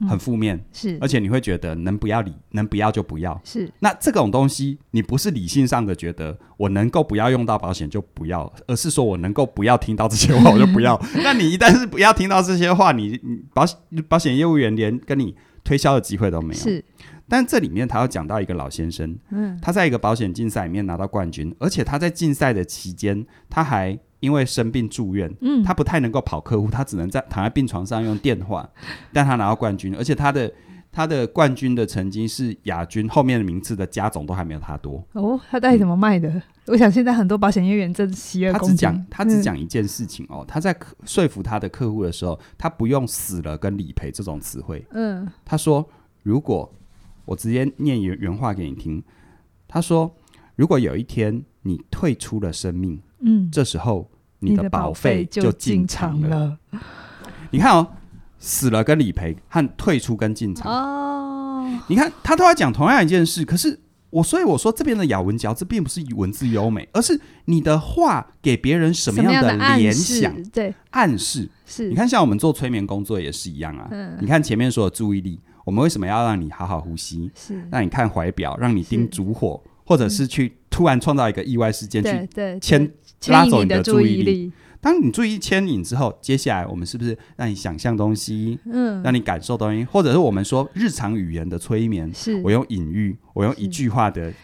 Speaker 1: 嗯
Speaker 2: 很负面，
Speaker 1: 是
Speaker 2: 而且你会觉得能不要理，能不要就不要。
Speaker 1: 是
Speaker 2: 那这种东西，你不是理性上的觉得我能够不要用到保险就不要，而是说我能够不要听到这些话我就 不要。那你一旦是不要听到这些话，你你保保险业务员连跟你推销的机会都没有。
Speaker 1: 是
Speaker 2: 但这里面他要讲到一个老先生，
Speaker 1: 嗯
Speaker 2: 他在一个保险竞赛里面拿到冠军，而且他在竞赛的期间，他还因为生病住院。
Speaker 1: 嗯
Speaker 2: 他不太能够跑客户，他只能在躺在病床上用电话，但他拿到冠军，而且他的他的冠军的成绩是亚军，后面的名次的加总都还没有他多。
Speaker 1: 哦他到底怎么卖的？我想现在很多保险业务员正洗耳
Speaker 2: 他
Speaker 1: 恭
Speaker 2: 只
Speaker 1: 听
Speaker 2: 讲他只
Speaker 1: 嗯
Speaker 2: 讲一件事情哦，他在客说服他的客户的时候，他不用“死了”跟“理赔”这种词汇，
Speaker 1: 嗯
Speaker 2: 他说：“如果我直接念原原话给你听，他说，如果有一天你退出了生命，
Speaker 1: 嗯
Speaker 2: 这时候你
Speaker 1: 你
Speaker 2: 的保费
Speaker 1: 就
Speaker 2: 就进
Speaker 1: 场
Speaker 2: 场了。
Speaker 1: 了
Speaker 2: 你看哦，死了跟理赔和退出跟进场，
Speaker 1: 哦
Speaker 2: 你看他都在讲同样一件事，可是我所以我说这边的咬文嚼字并不是文字优美，而是你的话给别人什么样
Speaker 1: 的暗
Speaker 2: 联
Speaker 1: 示
Speaker 2: 想
Speaker 1: 对
Speaker 2: 暗示。
Speaker 1: 是
Speaker 2: 你看，像我们做催眠工作也是一样啊。
Speaker 1: 嗯
Speaker 2: 你看前面说的注意力，我们为什么要让你好好呼吸，
Speaker 1: 是
Speaker 2: 让你看怀表，让你
Speaker 1: 是
Speaker 2: 盯烛火，或者是去突然创造一个意外事件去
Speaker 1: 对对
Speaker 2: 牵
Speaker 1: 牵
Speaker 2: 拉
Speaker 1: 引
Speaker 2: 走
Speaker 1: 你
Speaker 2: 你
Speaker 1: 的
Speaker 2: 的
Speaker 1: 注
Speaker 2: 注意
Speaker 1: 意
Speaker 2: 力
Speaker 1: 力
Speaker 2: 当你注意牵引之后，接下来我们是不是让你想象东西，
Speaker 1: 嗯，
Speaker 2: 让你感受东西，或者是我们说日常语言的催眠？
Speaker 1: 是
Speaker 2: 我用隐喻，我用一
Speaker 1: 是
Speaker 2: 句话的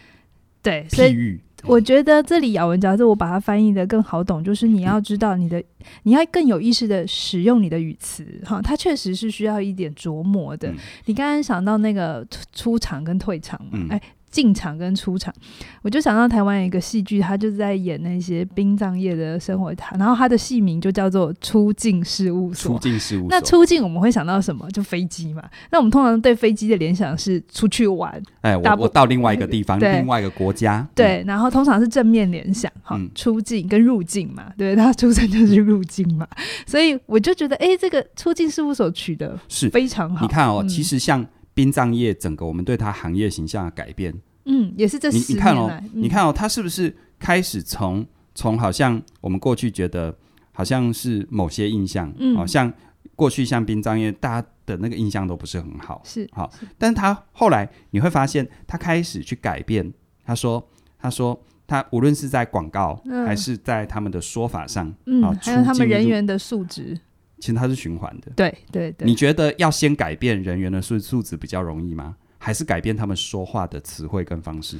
Speaker 1: 对，所
Speaker 2: 譬
Speaker 1: 以
Speaker 2: 喻，
Speaker 1: 我觉得这里咬文嚼字，我把它翻译的更好懂，就是你要知道你的，你要更有意识的使用你的语词哈，它确实是需要一点琢磨的。
Speaker 2: 嗯
Speaker 1: 你刚刚想到那个出出场跟退场嘛，
Speaker 2: 嗯
Speaker 1: 哎。进场跟出场，我就想到台湾有一个戏剧，它就是在演那些殡葬业的生活，然后它的戏名就叫做《出境事务所
Speaker 2: 出》。境事务所。
Speaker 1: 那出境我们会想到什么？就飞机嘛。那我们通常对飞机的联想是出去玩，
Speaker 2: 哎，
Speaker 1: 大
Speaker 2: 我
Speaker 1: 部
Speaker 2: 我到另外一个地方，
Speaker 1: 对
Speaker 2: 另外一个国家，
Speaker 1: 对，然后通常是正面联想，哈、
Speaker 2: 嗯
Speaker 1: 出境跟入境嘛，对， 他出生就是入境嘛，所以我就觉得，哎，这个出境事务所取得
Speaker 2: 嗯是。
Speaker 1: 非常好，
Speaker 2: 你，看哦，
Speaker 1: 嗯
Speaker 2: 其实像殡葬业整个我们对它行业形象的改变，
Speaker 1: 嗯，也是这
Speaker 2: 你
Speaker 1: 十
Speaker 2: 你看
Speaker 1: 年
Speaker 2: 哦
Speaker 1: 来，，嗯
Speaker 2: 你看哦，它是不是开始从从好像我们过去觉得好像是某些印象，
Speaker 1: 嗯
Speaker 2: 好、像过去像殡葬业大家的那个印象都不是很好
Speaker 1: 嗯、，是
Speaker 2: 好，但是他后来你会发现，他开始去改变。他说，他说，他无论是在广告、
Speaker 1: 嗯
Speaker 2: 还是在他们的说法上，
Speaker 1: 嗯
Speaker 2: 啊，，
Speaker 1: 还有他
Speaker 2: 出
Speaker 1: 们
Speaker 2: 进
Speaker 1: 人
Speaker 2: 入
Speaker 1: 员的素质，
Speaker 2: 其实它是循环的。
Speaker 1: 对对对，
Speaker 2: 你觉得要先改变人员的素素质比较容易吗？还是改变他们说话的词汇跟方式？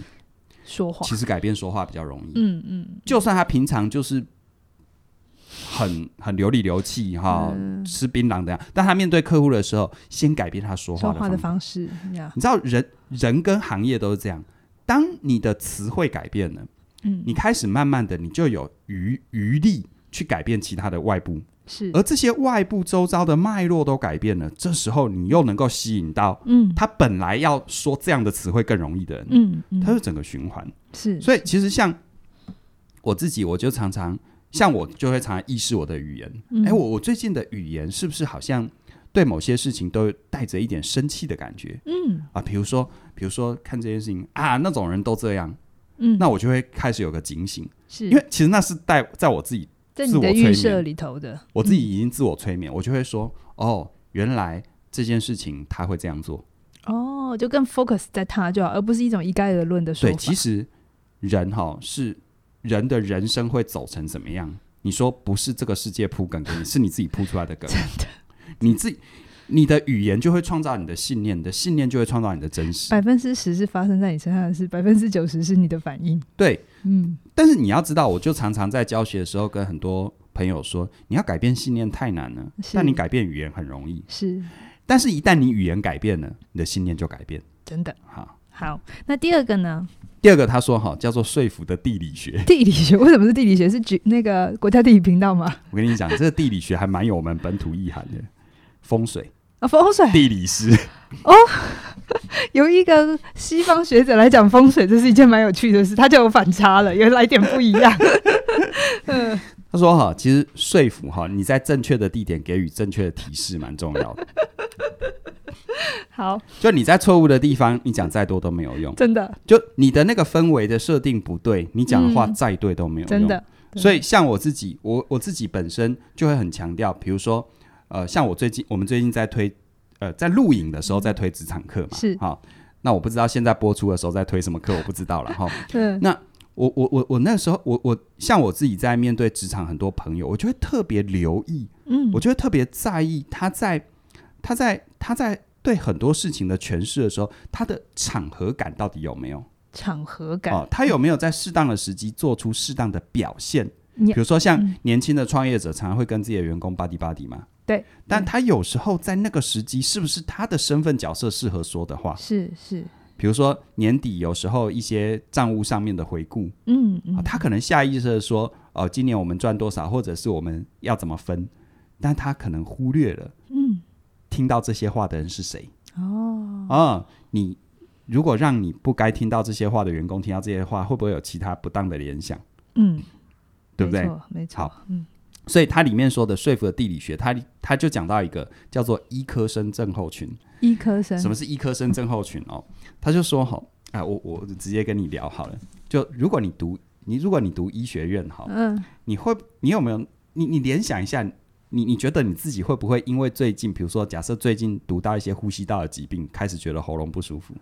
Speaker 1: 说话，
Speaker 2: 其实改变说话比较容易。
Speaker 1: 嗯嗯，
Speaker 2: 就算他平常就是很很流里流气哈，
Speaker 1: 嗯
Speaker 2: 吃槟榔的样，但他面对客户的时候，先改变他说话
Speaker 1: 说
Speaker 2: 的
Speaker 1: 话
Speaker 2: 方
Speaker 1: 的
Speaker 2: 法。
Speaker 1: 方式呀，
Speaker 2: 你知道人人跟行业都是这样，当你的词汇改变了，
Speaker 1: 嗯，
Speaker 2: 你开始慢慢的你就有余余力去改变其他的外部，
Speaker 1: 是，
Speaker 2: 而这些外部周遭的脉络都改变了，这时候你又能够吸引到
Speaker 1: 嗯
Speaker 2: 他本来要说这样的词汇更容易的人，
Speaker 1: 嗯嗯，
Speaker 2: 他就整个循环。
Speaker 1: 是，
Speaker 2: 所以其实像我自己，我就常常像我就会常常意识我的语言，哎、
Speaker 1: 嗯
Speaker 2: 我我最近的语言是不是好像对某些事情都带着一点生气的感觉？
Speaker 1: 嗯
Speaker 2: 啊，比如说，比如说看这件事情啊，那种人都这样，
Speaker 1: 嗯，
Speaker 2: 那我就会开始有个警醒，
Speaker 1: 是
Speaker 2: 因为其实那是在在我自己，
Speaker 1: 在
Speaker 2: 自
Speaker 1: 你
Speaker 2: 我
Speaker 1: 的
Speaker 2: 催
Speaker 1: 预
Speaker 2: 眠
Speaker 1: 设里头的，
Speaker 2: 我自己已经自我催眠，我就会说，哦，原来这件事情他会这样做。
Speaker 1: 哦，就更 focus 在他就好，而不是一种一概而论的说
Speaker 2: 对，
Speaker 1: 法，
Speaker 2: 其实人哈是人的人生会走成怎么样？你说不是这个世界铺梗给你，是你自己铺出来 的梗。真的，你自己你的语言就会创造你的信念，你的信念就会创造你的真实。
Speaker 1: 百分之十是发生在你身上的事，百分之九十是你的反应。
Speaker 2: 对，
Speaker 1: 嗯，
Speaker 2: 但是你要知道，我就常常在教学的时候跟很多朋友说，你要改变信念太难了，
Speaker 1: 是
Speaker 2: 但你改变语言很容易。
Speaker 1: 是
Speaker 2: 但是，一旦你语言改变了，你的信念就改变。
Speaker 1: 真的。
Speaker 2: 哈，
Speaker 1: 好，那第二个呢？
Speaker 2: 第二个他说哈，叫做说服的地理学。
Speaker 1: 地理学为什么是地理学？是举那个国家地理频道吗？
Speaker 2: 我跟你讲，这个地理学还蛮有我们本土意涵的。风水
Speaker 1: 啊，风水
Speaker 2: 地理师，
Speaker 1: 由一个西方学者来讲风水，这是一件蛮有趣的事，他就有反差了，有来点不一样。 嗯，
Speaker 2: 他说哈，其实说服哈，你在正确的地点给予正确的提示蛮重要的。
Speaker 1: 好，
Speaker 2: 就你在错误的地方，你讲再多都没有用。
Speaker 1: 真的，
Speaker 2: 就你的那个氛围的设定不对，你讲的话
Speaker 1: 嗯
Speaker 2: 再对都没有用。
Speaker 1: 真的。对
Speaker 2: 所以像我自己，我我自己本身就会很强调，比如说，呃，像我最近我们最近在推，呃，在录影的时候在推职场课嘛，
Speaker 1: 是
Speaker 2: 好、那我不知道现在播出的时候在推什么课，我不知道了哈。
Speaker 1: 嗯，
Speaker 2: 我我我我那时候我我像我自己在面对职场很多朋友，我就会特别留意，
Speaker 1: 嗯
Speaker 2: 我就会特别在意他在他在他在对很多事情的诠释的时候，他的场合感到底有没有？
Speaker 1: 场合感，
Speaker 2: 哦，他有没有在适当的时机做出适当的表现？
Speaker 1: 你
Speaker 2: 比如说像
Speaker 1: 嗯
Speaker 2: 年轻的创业者，常常会跟自己的员工 buddy buddy 嘛。
Speaker 1: 对，嗯
Speaker 2: 但他有时候在那个时机，是不是他的身份角色适合说的话？
Speaker 1: 是是，
Speaker 2: 比如说年底有时候一些账务上面的回顾，
Speaker 1: 嗯
Speaker 2: 啊
Speaker 1: 嗯，
Speaker 2: 他可能下意识的说，哦、今年我们赚多少，或者是我们要怎么分，但他可能忽略了
Speaker 1: 嗯，
Speaker 2: 听到这些话的人是谁。
Speaker 1: 哦，
Speaker 2: 啊、你如果让你不该听到这些话的员工听到这些话，会不会有其他不当的联想？
Speaker 1: 嗯，
Speaker 2: 对不
Speaker 1: 没
Speaker 2: 对？
Speaker 1: 错？没错，嗯，
Speaker 2: 所以它里面说的说服的地理学，它它就讲到一个叫做医科生症候群。
Speaker 1: 医科生
Speaker 2: 什么是医科生症候群哦？他就说哈，啊，我我直接跟你聊好了。就如果你读你如果你读医学院哈，
Speaker 1: 嗯，
Speaker 2: 你会你有没有你你联想一下，你你觉得你自己会不会因为最近，比如说假设最近读到一些呼吸道的疾病，开始觉得喉咙不舒服？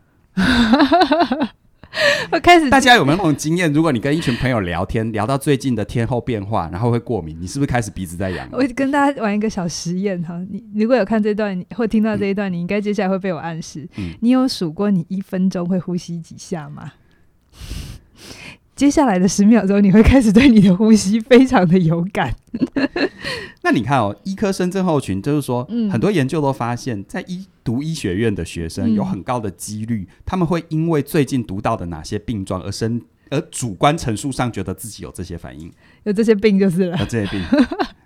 Speaker 1: 我开始
Speaker 2: 大家有没有那种经验？如果你跟一群朋友聊天，聊到最近的天候变化，然后会过敏，你是不是开始鼻子在痒？
Speaker 1: 我跟大家玩一个小实验哈，你你如果有看这段或听到这一段，你应该接下来会被我暗示。
Speaker 2: 嗯
Speaker 1: 你有数过你一分钟会呼吸几下吗？接下来的十秒钟，你会开始对你的呼吸非常的有感。
Speaker 2: 那你看哦，医科生症候群就是说，
Speaker 1: 嗯
Speaker 2: 很多研究都发现，在医读医学院的学生
Speaker 1: 嗯
Speaker 2: 有很高的几率，他们会因为最近读到的哪些病状而生。而主观陈述上觉得自己有这些反应，
Speaker 1: 有这些病就是了。
Speaker 2: 有这些病，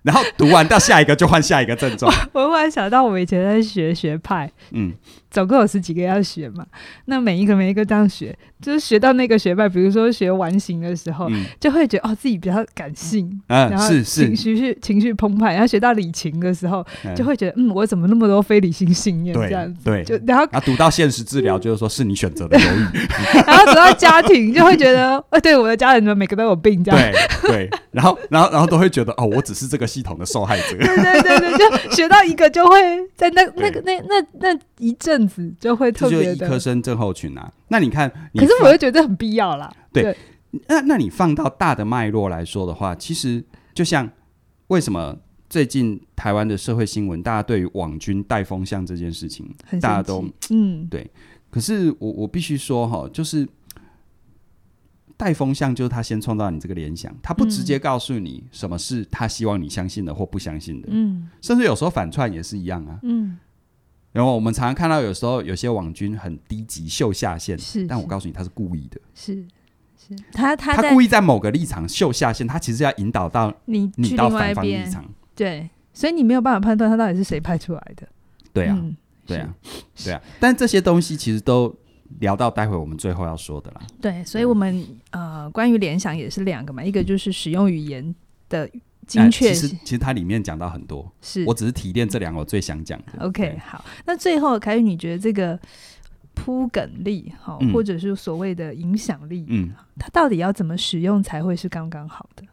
Speaker 2: 然后读完到下一个就换下一个症 状，
Speaker 1: 我忽然想到，我以前在学学派，
Speaker 2: 嗯，
Speaker 1: 总共有十几个要学嘛，那每一个每一个这样学，就是学到那个学派，比如说学完形的时候，
Speaker 2: 嗯
Speaker 1: 就会觉得哦自己比较感性，然
Speaker 2: 嗯，
Speaker 1: 后
Speaker 2: 是
Speaker 1: 情
Speaker 2: 是，
Speaker 1: 绪是情绪澎湃，然后学到理情的时候，
Speaker 2: 嗯
Speaker 1: 就会觉得嗯我怎么那么多非理性信念这样
Speaker 2: 对
Speaker 1: 子。
Speaker 2: 对，
Speaker 1: 就然后，
Speaker 2: 然后读到现实治疗，就是说是你选择的犹豫，
Speaker 1: 然后走到家庭，就会觉得，呃，对，我的家人们每个都有病，这样，
Speaker 2: 对对，然后然后然后都会觉得哦，我只是这个系统的受害者，
Speaker 1: 对对对对，就学到一个就会在那那个那那那一阵子就会 特
Speaker 2: 这就是
Speaker 1: 别
Speaker 2: 医科
Speaker 1: 的，
Speaker 2: 生症候群啊。那你看，你
Speaker 1: 可是
Speaker 2: 放
Speaker 1: 我又觉得很必要啦，
Speaker 2: 对那那你放到大的脉络来说的话，其实就像为什么最近台湾的社会新闻，大家对于网军带风向这件事情，
Speaker 1: 很
Speaker 2: 大家
Speaker 1: 神
Speaker 2: 都
Speaker 1: 奇，嗯，
Speaker 2: 可是我我必须说哈，就是带风向就是他先创造你这个联想，他不
Speaker 1: 嗯
Speaker 2: 直接告诉你什么是他希望你相信的或不相信的，
Speaker 1: 嗯
Speaker 2: 甚至有时候反串也是一样啊。
Speaker 1: 嗯，
Speaker 2: 然后我们常常看到有时候有些网军很低级秀下限，
Speaker 1: 是
Speaker 2: 但我
Speaker 1: 是
Speaker 2: 告诉你他是故意的，
Speaker 1: 是是，他他
Speaker 2: 他
Speaker 1: 在
Speaker 2: 故意在某个立场秀下限，他其实要引导到
Speaker 1: 你
Speaker 2: 你
Speaker 1: 去
Speaker 2: 到
Speaker 1: 另外一
Speaker 2: 反方立
Speaker 1: 边，
Speaker 2: 场。
Speaker 1: 对，所以你没有办法判断他到底是谁派出来的，
Speaker 2: 对啊，
Speaker 1: 嗯
Speaker 2: 对啊，对啊。但这些东西其实都聊到待会我们最后要说的啦。
Speaker 1: 对，所以
Speaker 2: 对
Speaker 1: 我们呃，关于联想也是两个嘛，一个就是使用语言的
Speaker 2: 哎
Speaker 1: 精确
Speaker 2: 其实
Speaker 1: 性、
Speaker 2: 其实它里面讲到很多，
Speaker 1: 是
Speaker 2: 我只是提炼这两个我最想讲的。
Speaker 1: OK
Speaker 2: 对
Speaker 1: 好。那最后，凯宇，你觉得这个铺梗力哈，
Speaker 2: 嗯
Speaker 1: 或者是所谓的影响力，
Speaker 2: 嗯，
Speaker 1: 它到底要怎么使用才会是刚刚好的？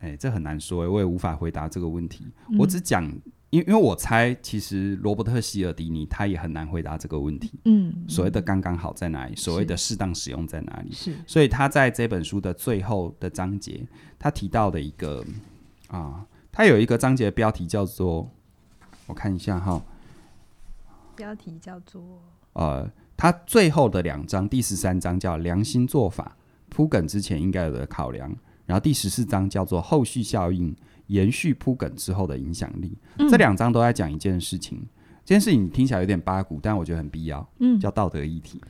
Speaker 2: 哎，这很难说、我也无法回答这个问题。
Speaker 1: 嗯
Speaker 2: 我只讲，因为因为我猜，其实罗伯特希尔迪尼他也很难回答这个问题。
Speaker 1: 嗯，
Speaker 2: 所谓的
Speaker 1: 嗯
Speaker 2: 刚刚好在哪里？所谓的适当使用在哪里？
Speaker 1: 是
Speaker 2: 所以他在这本书的最后的章节，他提到的一个啊，他有一个章节标题叫做，我看一下哈，
Speaker 1: 标题叫做
Speaker 2: 呃，他最后的两章，第十三章叫良心做法，铺梗之前应该有的考量，然后第十四章叫做后续效应，延续铺梗之后的影响力。这两章都在讲一件事情，这件事情听起来有点八股，但我觉得很必要，
Speaker 1: 嗯
Speaker 2: 叫道德议题。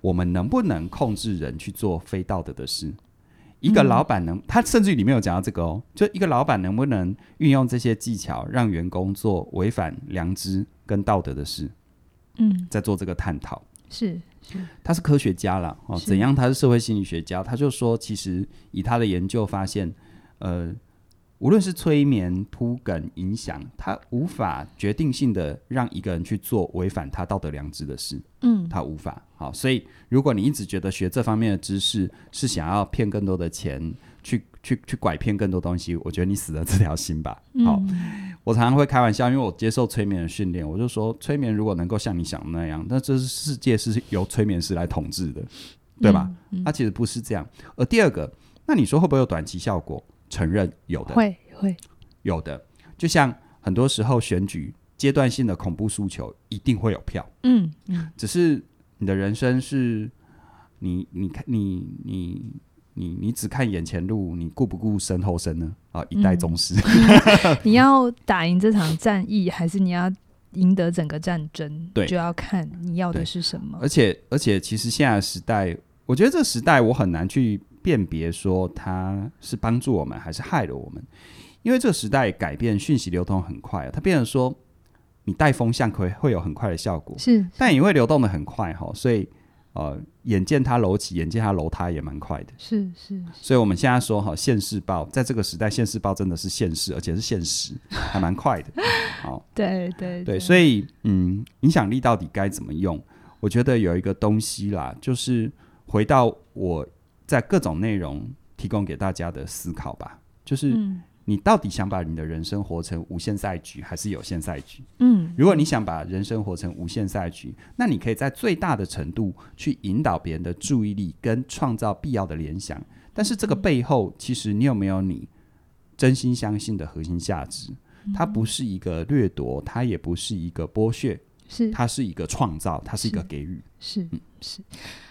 Speaker 2: 我们能不能控制人去做非道德的事？一个
Speaker 1: 嗯
Speaker 2: 老板能，他甚至于里面有讲到这个哦，就一个老板能不能运用这些技巧，让员工做违反良知跟道德的事，
Speaker 1: 嗯
Speaker 2: 在做这个探讨。
Speaker 1: 是是
Speaker 2: 他是科学家啦，哦，
Speaker 1: 是
Speaker 2: 怎样？他是社会心理学家，他就说，其实以他的研究发现，呃，无论是催眠、铺梗、影响，他无法决定性的让一个人去做违反他道德良知的事，
Speaker 1: 嗯
Speaker 2: 他无法。好，所以如果你一直觉得学这方面的知识是想要骗更多的钱，去去去拐骗更多东西，我觉得你死了这条心吧。好，
Speaker 1: 嗯
Speaker 2: 我常常会开玩笑，因为我接受催眠的训练，我就说，催眠如果能够像你想的那样，那这是世界是由催眠师来统治的，对吧？？啊
Speaker 1: 嗯嗯
Speaker 2: 它、其实不是这样。而第二个，那你说会不会有短期效果？承认有的，
Speaker 1: 会会，
Speaker 2: 有的。就像很多时候选举阶段性的恐怖诉求一定会有票，
Speaker 1: 嗯嗯
Speaker 2: 只是你的人生是你你看你你你你只看眼前路，你顾不顾身后身呢？啊，一代
Speaker 1: 嗯
Speaker 2: 宗师。
Speaker 1: 你要打赢这场战役，还是你要赢得整个战争？
Speaker 2: 对
Speaker 1: 就要看你要的
Speaker 2: 对呃
Speaker 1: 是什么
Speaker 2: 而。且而且，其实现在的时代，我觉得这个时代我很难去辨别说它是帮助我们还是害了我们，因为这个时代改变讯息流通很快、它变成说你带风向可以会有很快的效果，
Speaker 1: 是，
Speaker 2: 但也会流动的很快哈、所以呃，眼见它楼起，眼见它楼塌也蛮快的。
Speaker 1: 是是
Speaker 2: 所以我们现在说哈，现世报在这个时代，现世报真的是现世，而且是现实，还蛮快的。好、
Speaker 1: 对对
Speaker 2: 对，所以嗯，影响力到底该怎么用？我觉得有一个东西啦，就是回到我在各种内容提供给大家的思考吧，就是
Speaker 1: 嗯
Speaker 2: 你到底想把你的人生活成无限赛局还是有限赛局？
Speaker 1: 嗯，
Speaker 2: 如果你想把人生活成无限赛局，那你可以在最大的程度去引导别人的注意力，跟创造必要的联想。但是这个背后，其实你有没有你真心相信的核心价值？它不是一个掠夺，它也不是一个剥削，
Speaker 1: 是
Speaker 2: 它是一个创造，它是一个
Speaker 1: 是
Speaker 2: 给予。
Speaker 1: 是
Speaker 2: 嗯
Speaker 1: 是，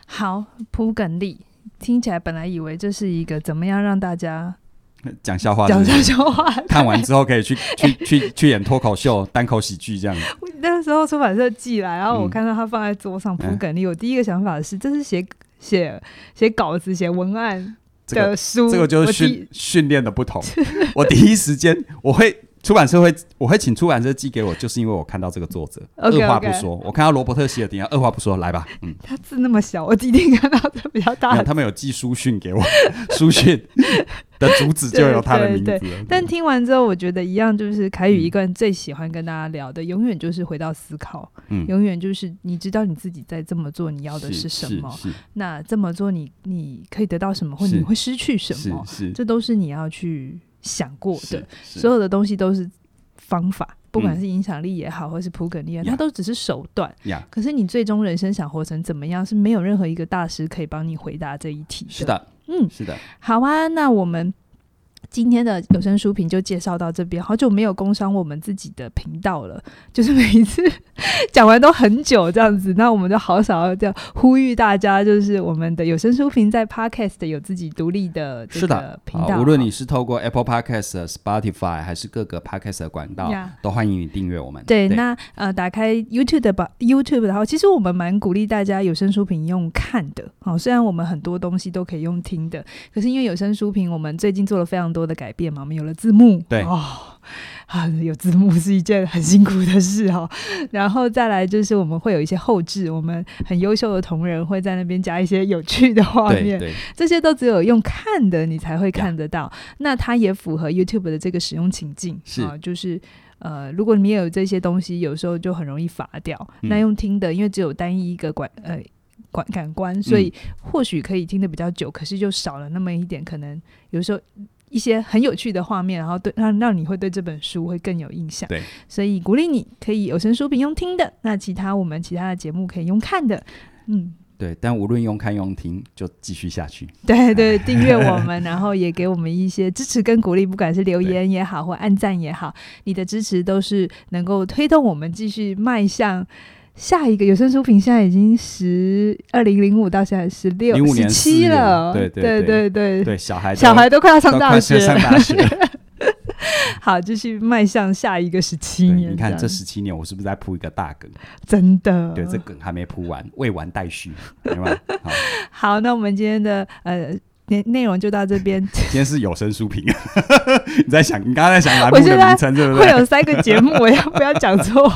Speaker 1: 好，铺梗力听起来本来以为这是一个怎么样让大家
Speaker 2: 讲笑话是
Speaker 1: 讲
Speaker 2: 不是
Speaker 1: 悄悄话，
Speaker 2: 看完之后可以去去去去演脱口秀、单口喜剧这样子。
Speaker 1: 我那时候出版社寄来，然后我
Speaker 2: 嗯
Speaker 1: 看到他放在桌上铺
Speaker 2: 嗯
Speaker 1: 梗力，我第一个想法是这是写写写稿子、写文案
Speaker 2: 这个
Speaker 1: 的书，
Speaker 2: 这个
Speaker 1: 嗯
Speaker 2: 就是
Speaker 1: 我
Speaker 2: 训
Speaker 1: 第
Speaker 2: 训练的 不同。我第一时间我会出版社会，我会请出版社寄给我，就是因为我看到这个作者
Speaker 1: OK，OK
Speaker 2: 二话不说，我看到罗伯特希尔迪啊亚，二话不说，来吧，嗯，
Speaker 1: 他字那么小，我第一天看到这比较 大
Speaker 2: 没
Speaker 1: 的
Speaker 2: 有，他们有寄书讯给我， 书 讯的主旨就有他的名字
Speaker 1: 对
Speaker 2: 了。
Speaker 1: 但听完之后，我觉得一样，就是凯宇
Speaker 2: 嗯
Speaker 1: 一个人最喜欢跟大家聊的，永远就是回到思考，
Speaker 2: 嗯，
Speaker 1: 永远就是你知道你自己在这么做，你要的
Speaker 2: 是
Speaker 1: 是什么？
Speaker 2: 是
Speaker 1: 那这么做你你可以得到什么，或
Speaker 2: 是
Speaker 1: 你会失去什
Speaker 2: 是
Speaker 1: 么？
Speaker 2: 是
Speaker 1: 这都是你要去想过
Speaker 2: 是
Speaker 1: 的。
Speaker 2: 是
Speaker 1: 所有的东西都是方法，不管
Speaker 2: 嗯
Speaker 1: 是影响力也好，或是普梗力也好，
Speaker 2: 呀
Speaker 1: 它都只是手段。
Speaker 2: 呀，
Speaker 1: 可是你最终人生想活成怎么样，是没有任何一个大师可以帮你回答这一题
Speaker 2: 是，的，
Speaker 1: 嗯，
Speaker 2: 是的，
Speaker 1: 好啊，那我们。今天的有声书评就介绍到这边，好久没有工商我们自己的频道了，就是每一次讲完都很久这样子，那我们就好少要这样呼吁大家，就是我们的有声书评在 Podcast 有自己独立的这
Speaker 2: 是的
Speaker 1: 个频
Speaker 2: 好，
Speaker 1: 道，啊
Speaker 2: 无论你是透过 Apple Podcast、Spotify 还是各个 Podcast 的管道
Speaker 1: 呀，
Speaker 2: 都欢迎你订阅我们。
Speaker 1: 对，那呃，打开 YouTube 的吧，YouTube 的话，其实我们蛮鼓励大家有声书评用看的。哦，虽然我们很多东西都可以用听的，可是因为有声书评，我们最近做了非常多的改变嘛，我们有了字幕。
Speaker 2: 对
Speaker 1: 哦，啊，有字幕是一件很辛苦的事哦。 然后再来就是我们会有一些后置，我们很优秀的同仁会在那边加一些有趣的画
Speaker 2: 对
Speaker 1: 面，
Speaker 2: 对，
Speaker 1: 这些都只有用看的你才会看得到。那它也符合 YouTube 的这个使用情境，
Speaker 2: 是
Speaker 1: 啊、就是呃，如果你也有这些东西，有时候就很容易乏掉。
Speaker 2: 嗯
Speaker 1: 那用听的，因为只有单一一个管呃。管感官，所以
Speaker 2: 嗯
Speaker 1: 或许可以听得比较久，可是就少了那么一点，可能有时候一些很有趣的画面，然后对让让你会对这本书会更有印象。
Speaker 2: 对，
Speaker 1: 所以鼓励你可以有声书评用听的，那其他我们其他的节目可以用看的。嗯，
Speaker 2: 对，但无论用看用听，就继续下去。
Speaker 1: 对对，订阅我们，然后也给我们一些支持跟鼓励，不管是留
Speaker 2: 对
Speaker 1: 言也好，或按赞也好，你的支持都是能够推动我们继续迈向下一个有声书评。现在已经十二零零五到现在十六
Speaker 2: 05
Speaker 1: 十
Speaker 2: 年4
Speaker 1: 七
Speaker 2: 月
Speaker 1: 了，
Speaker 2: 对对
Speaker 1: 对
Speaker 2: 对
Speaker 1: 对
Speaker 2: 对， 小孩都
Speaker 1: 小孩都快要上
Speaker 2: 都
Speaker 1: 大
Speaker 2: 快
Speaker 1: 学
Speaker 2: 上
Speaker 1: 了，
Speaker 2: 大学了。
Speaker 1: 好，继续迈向下一个十七
Speaker 2: 对，
Speaker 1: 年。
Speaker 2: 你看
Speaker 1: 样嗯
Speaker 2: 这十七年，我是不是在铺一个大梗？
Speaker 1: 真的
Speaker 2: 对，这梗还没铺完，未完待续，明白吗？好，
Speaker 1: 好，那我们今天的呃内内容就到这边，
Speaker 2: 今天是有声书评。 你在想，你刚刚在想栏目
Speaker 1: 我
Speaker 2: 的
Speaker 1: 现在
Speaker 2: 名称，对不
Speaker 1: 会
Speaker 2: 对？
Speaker 1: 有三个 节目，我要不要讲错？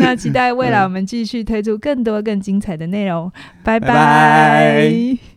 Speaker 1: 那期待未来我们继续推出更多更精彩的内容，拜
Speaker 2: 拜拜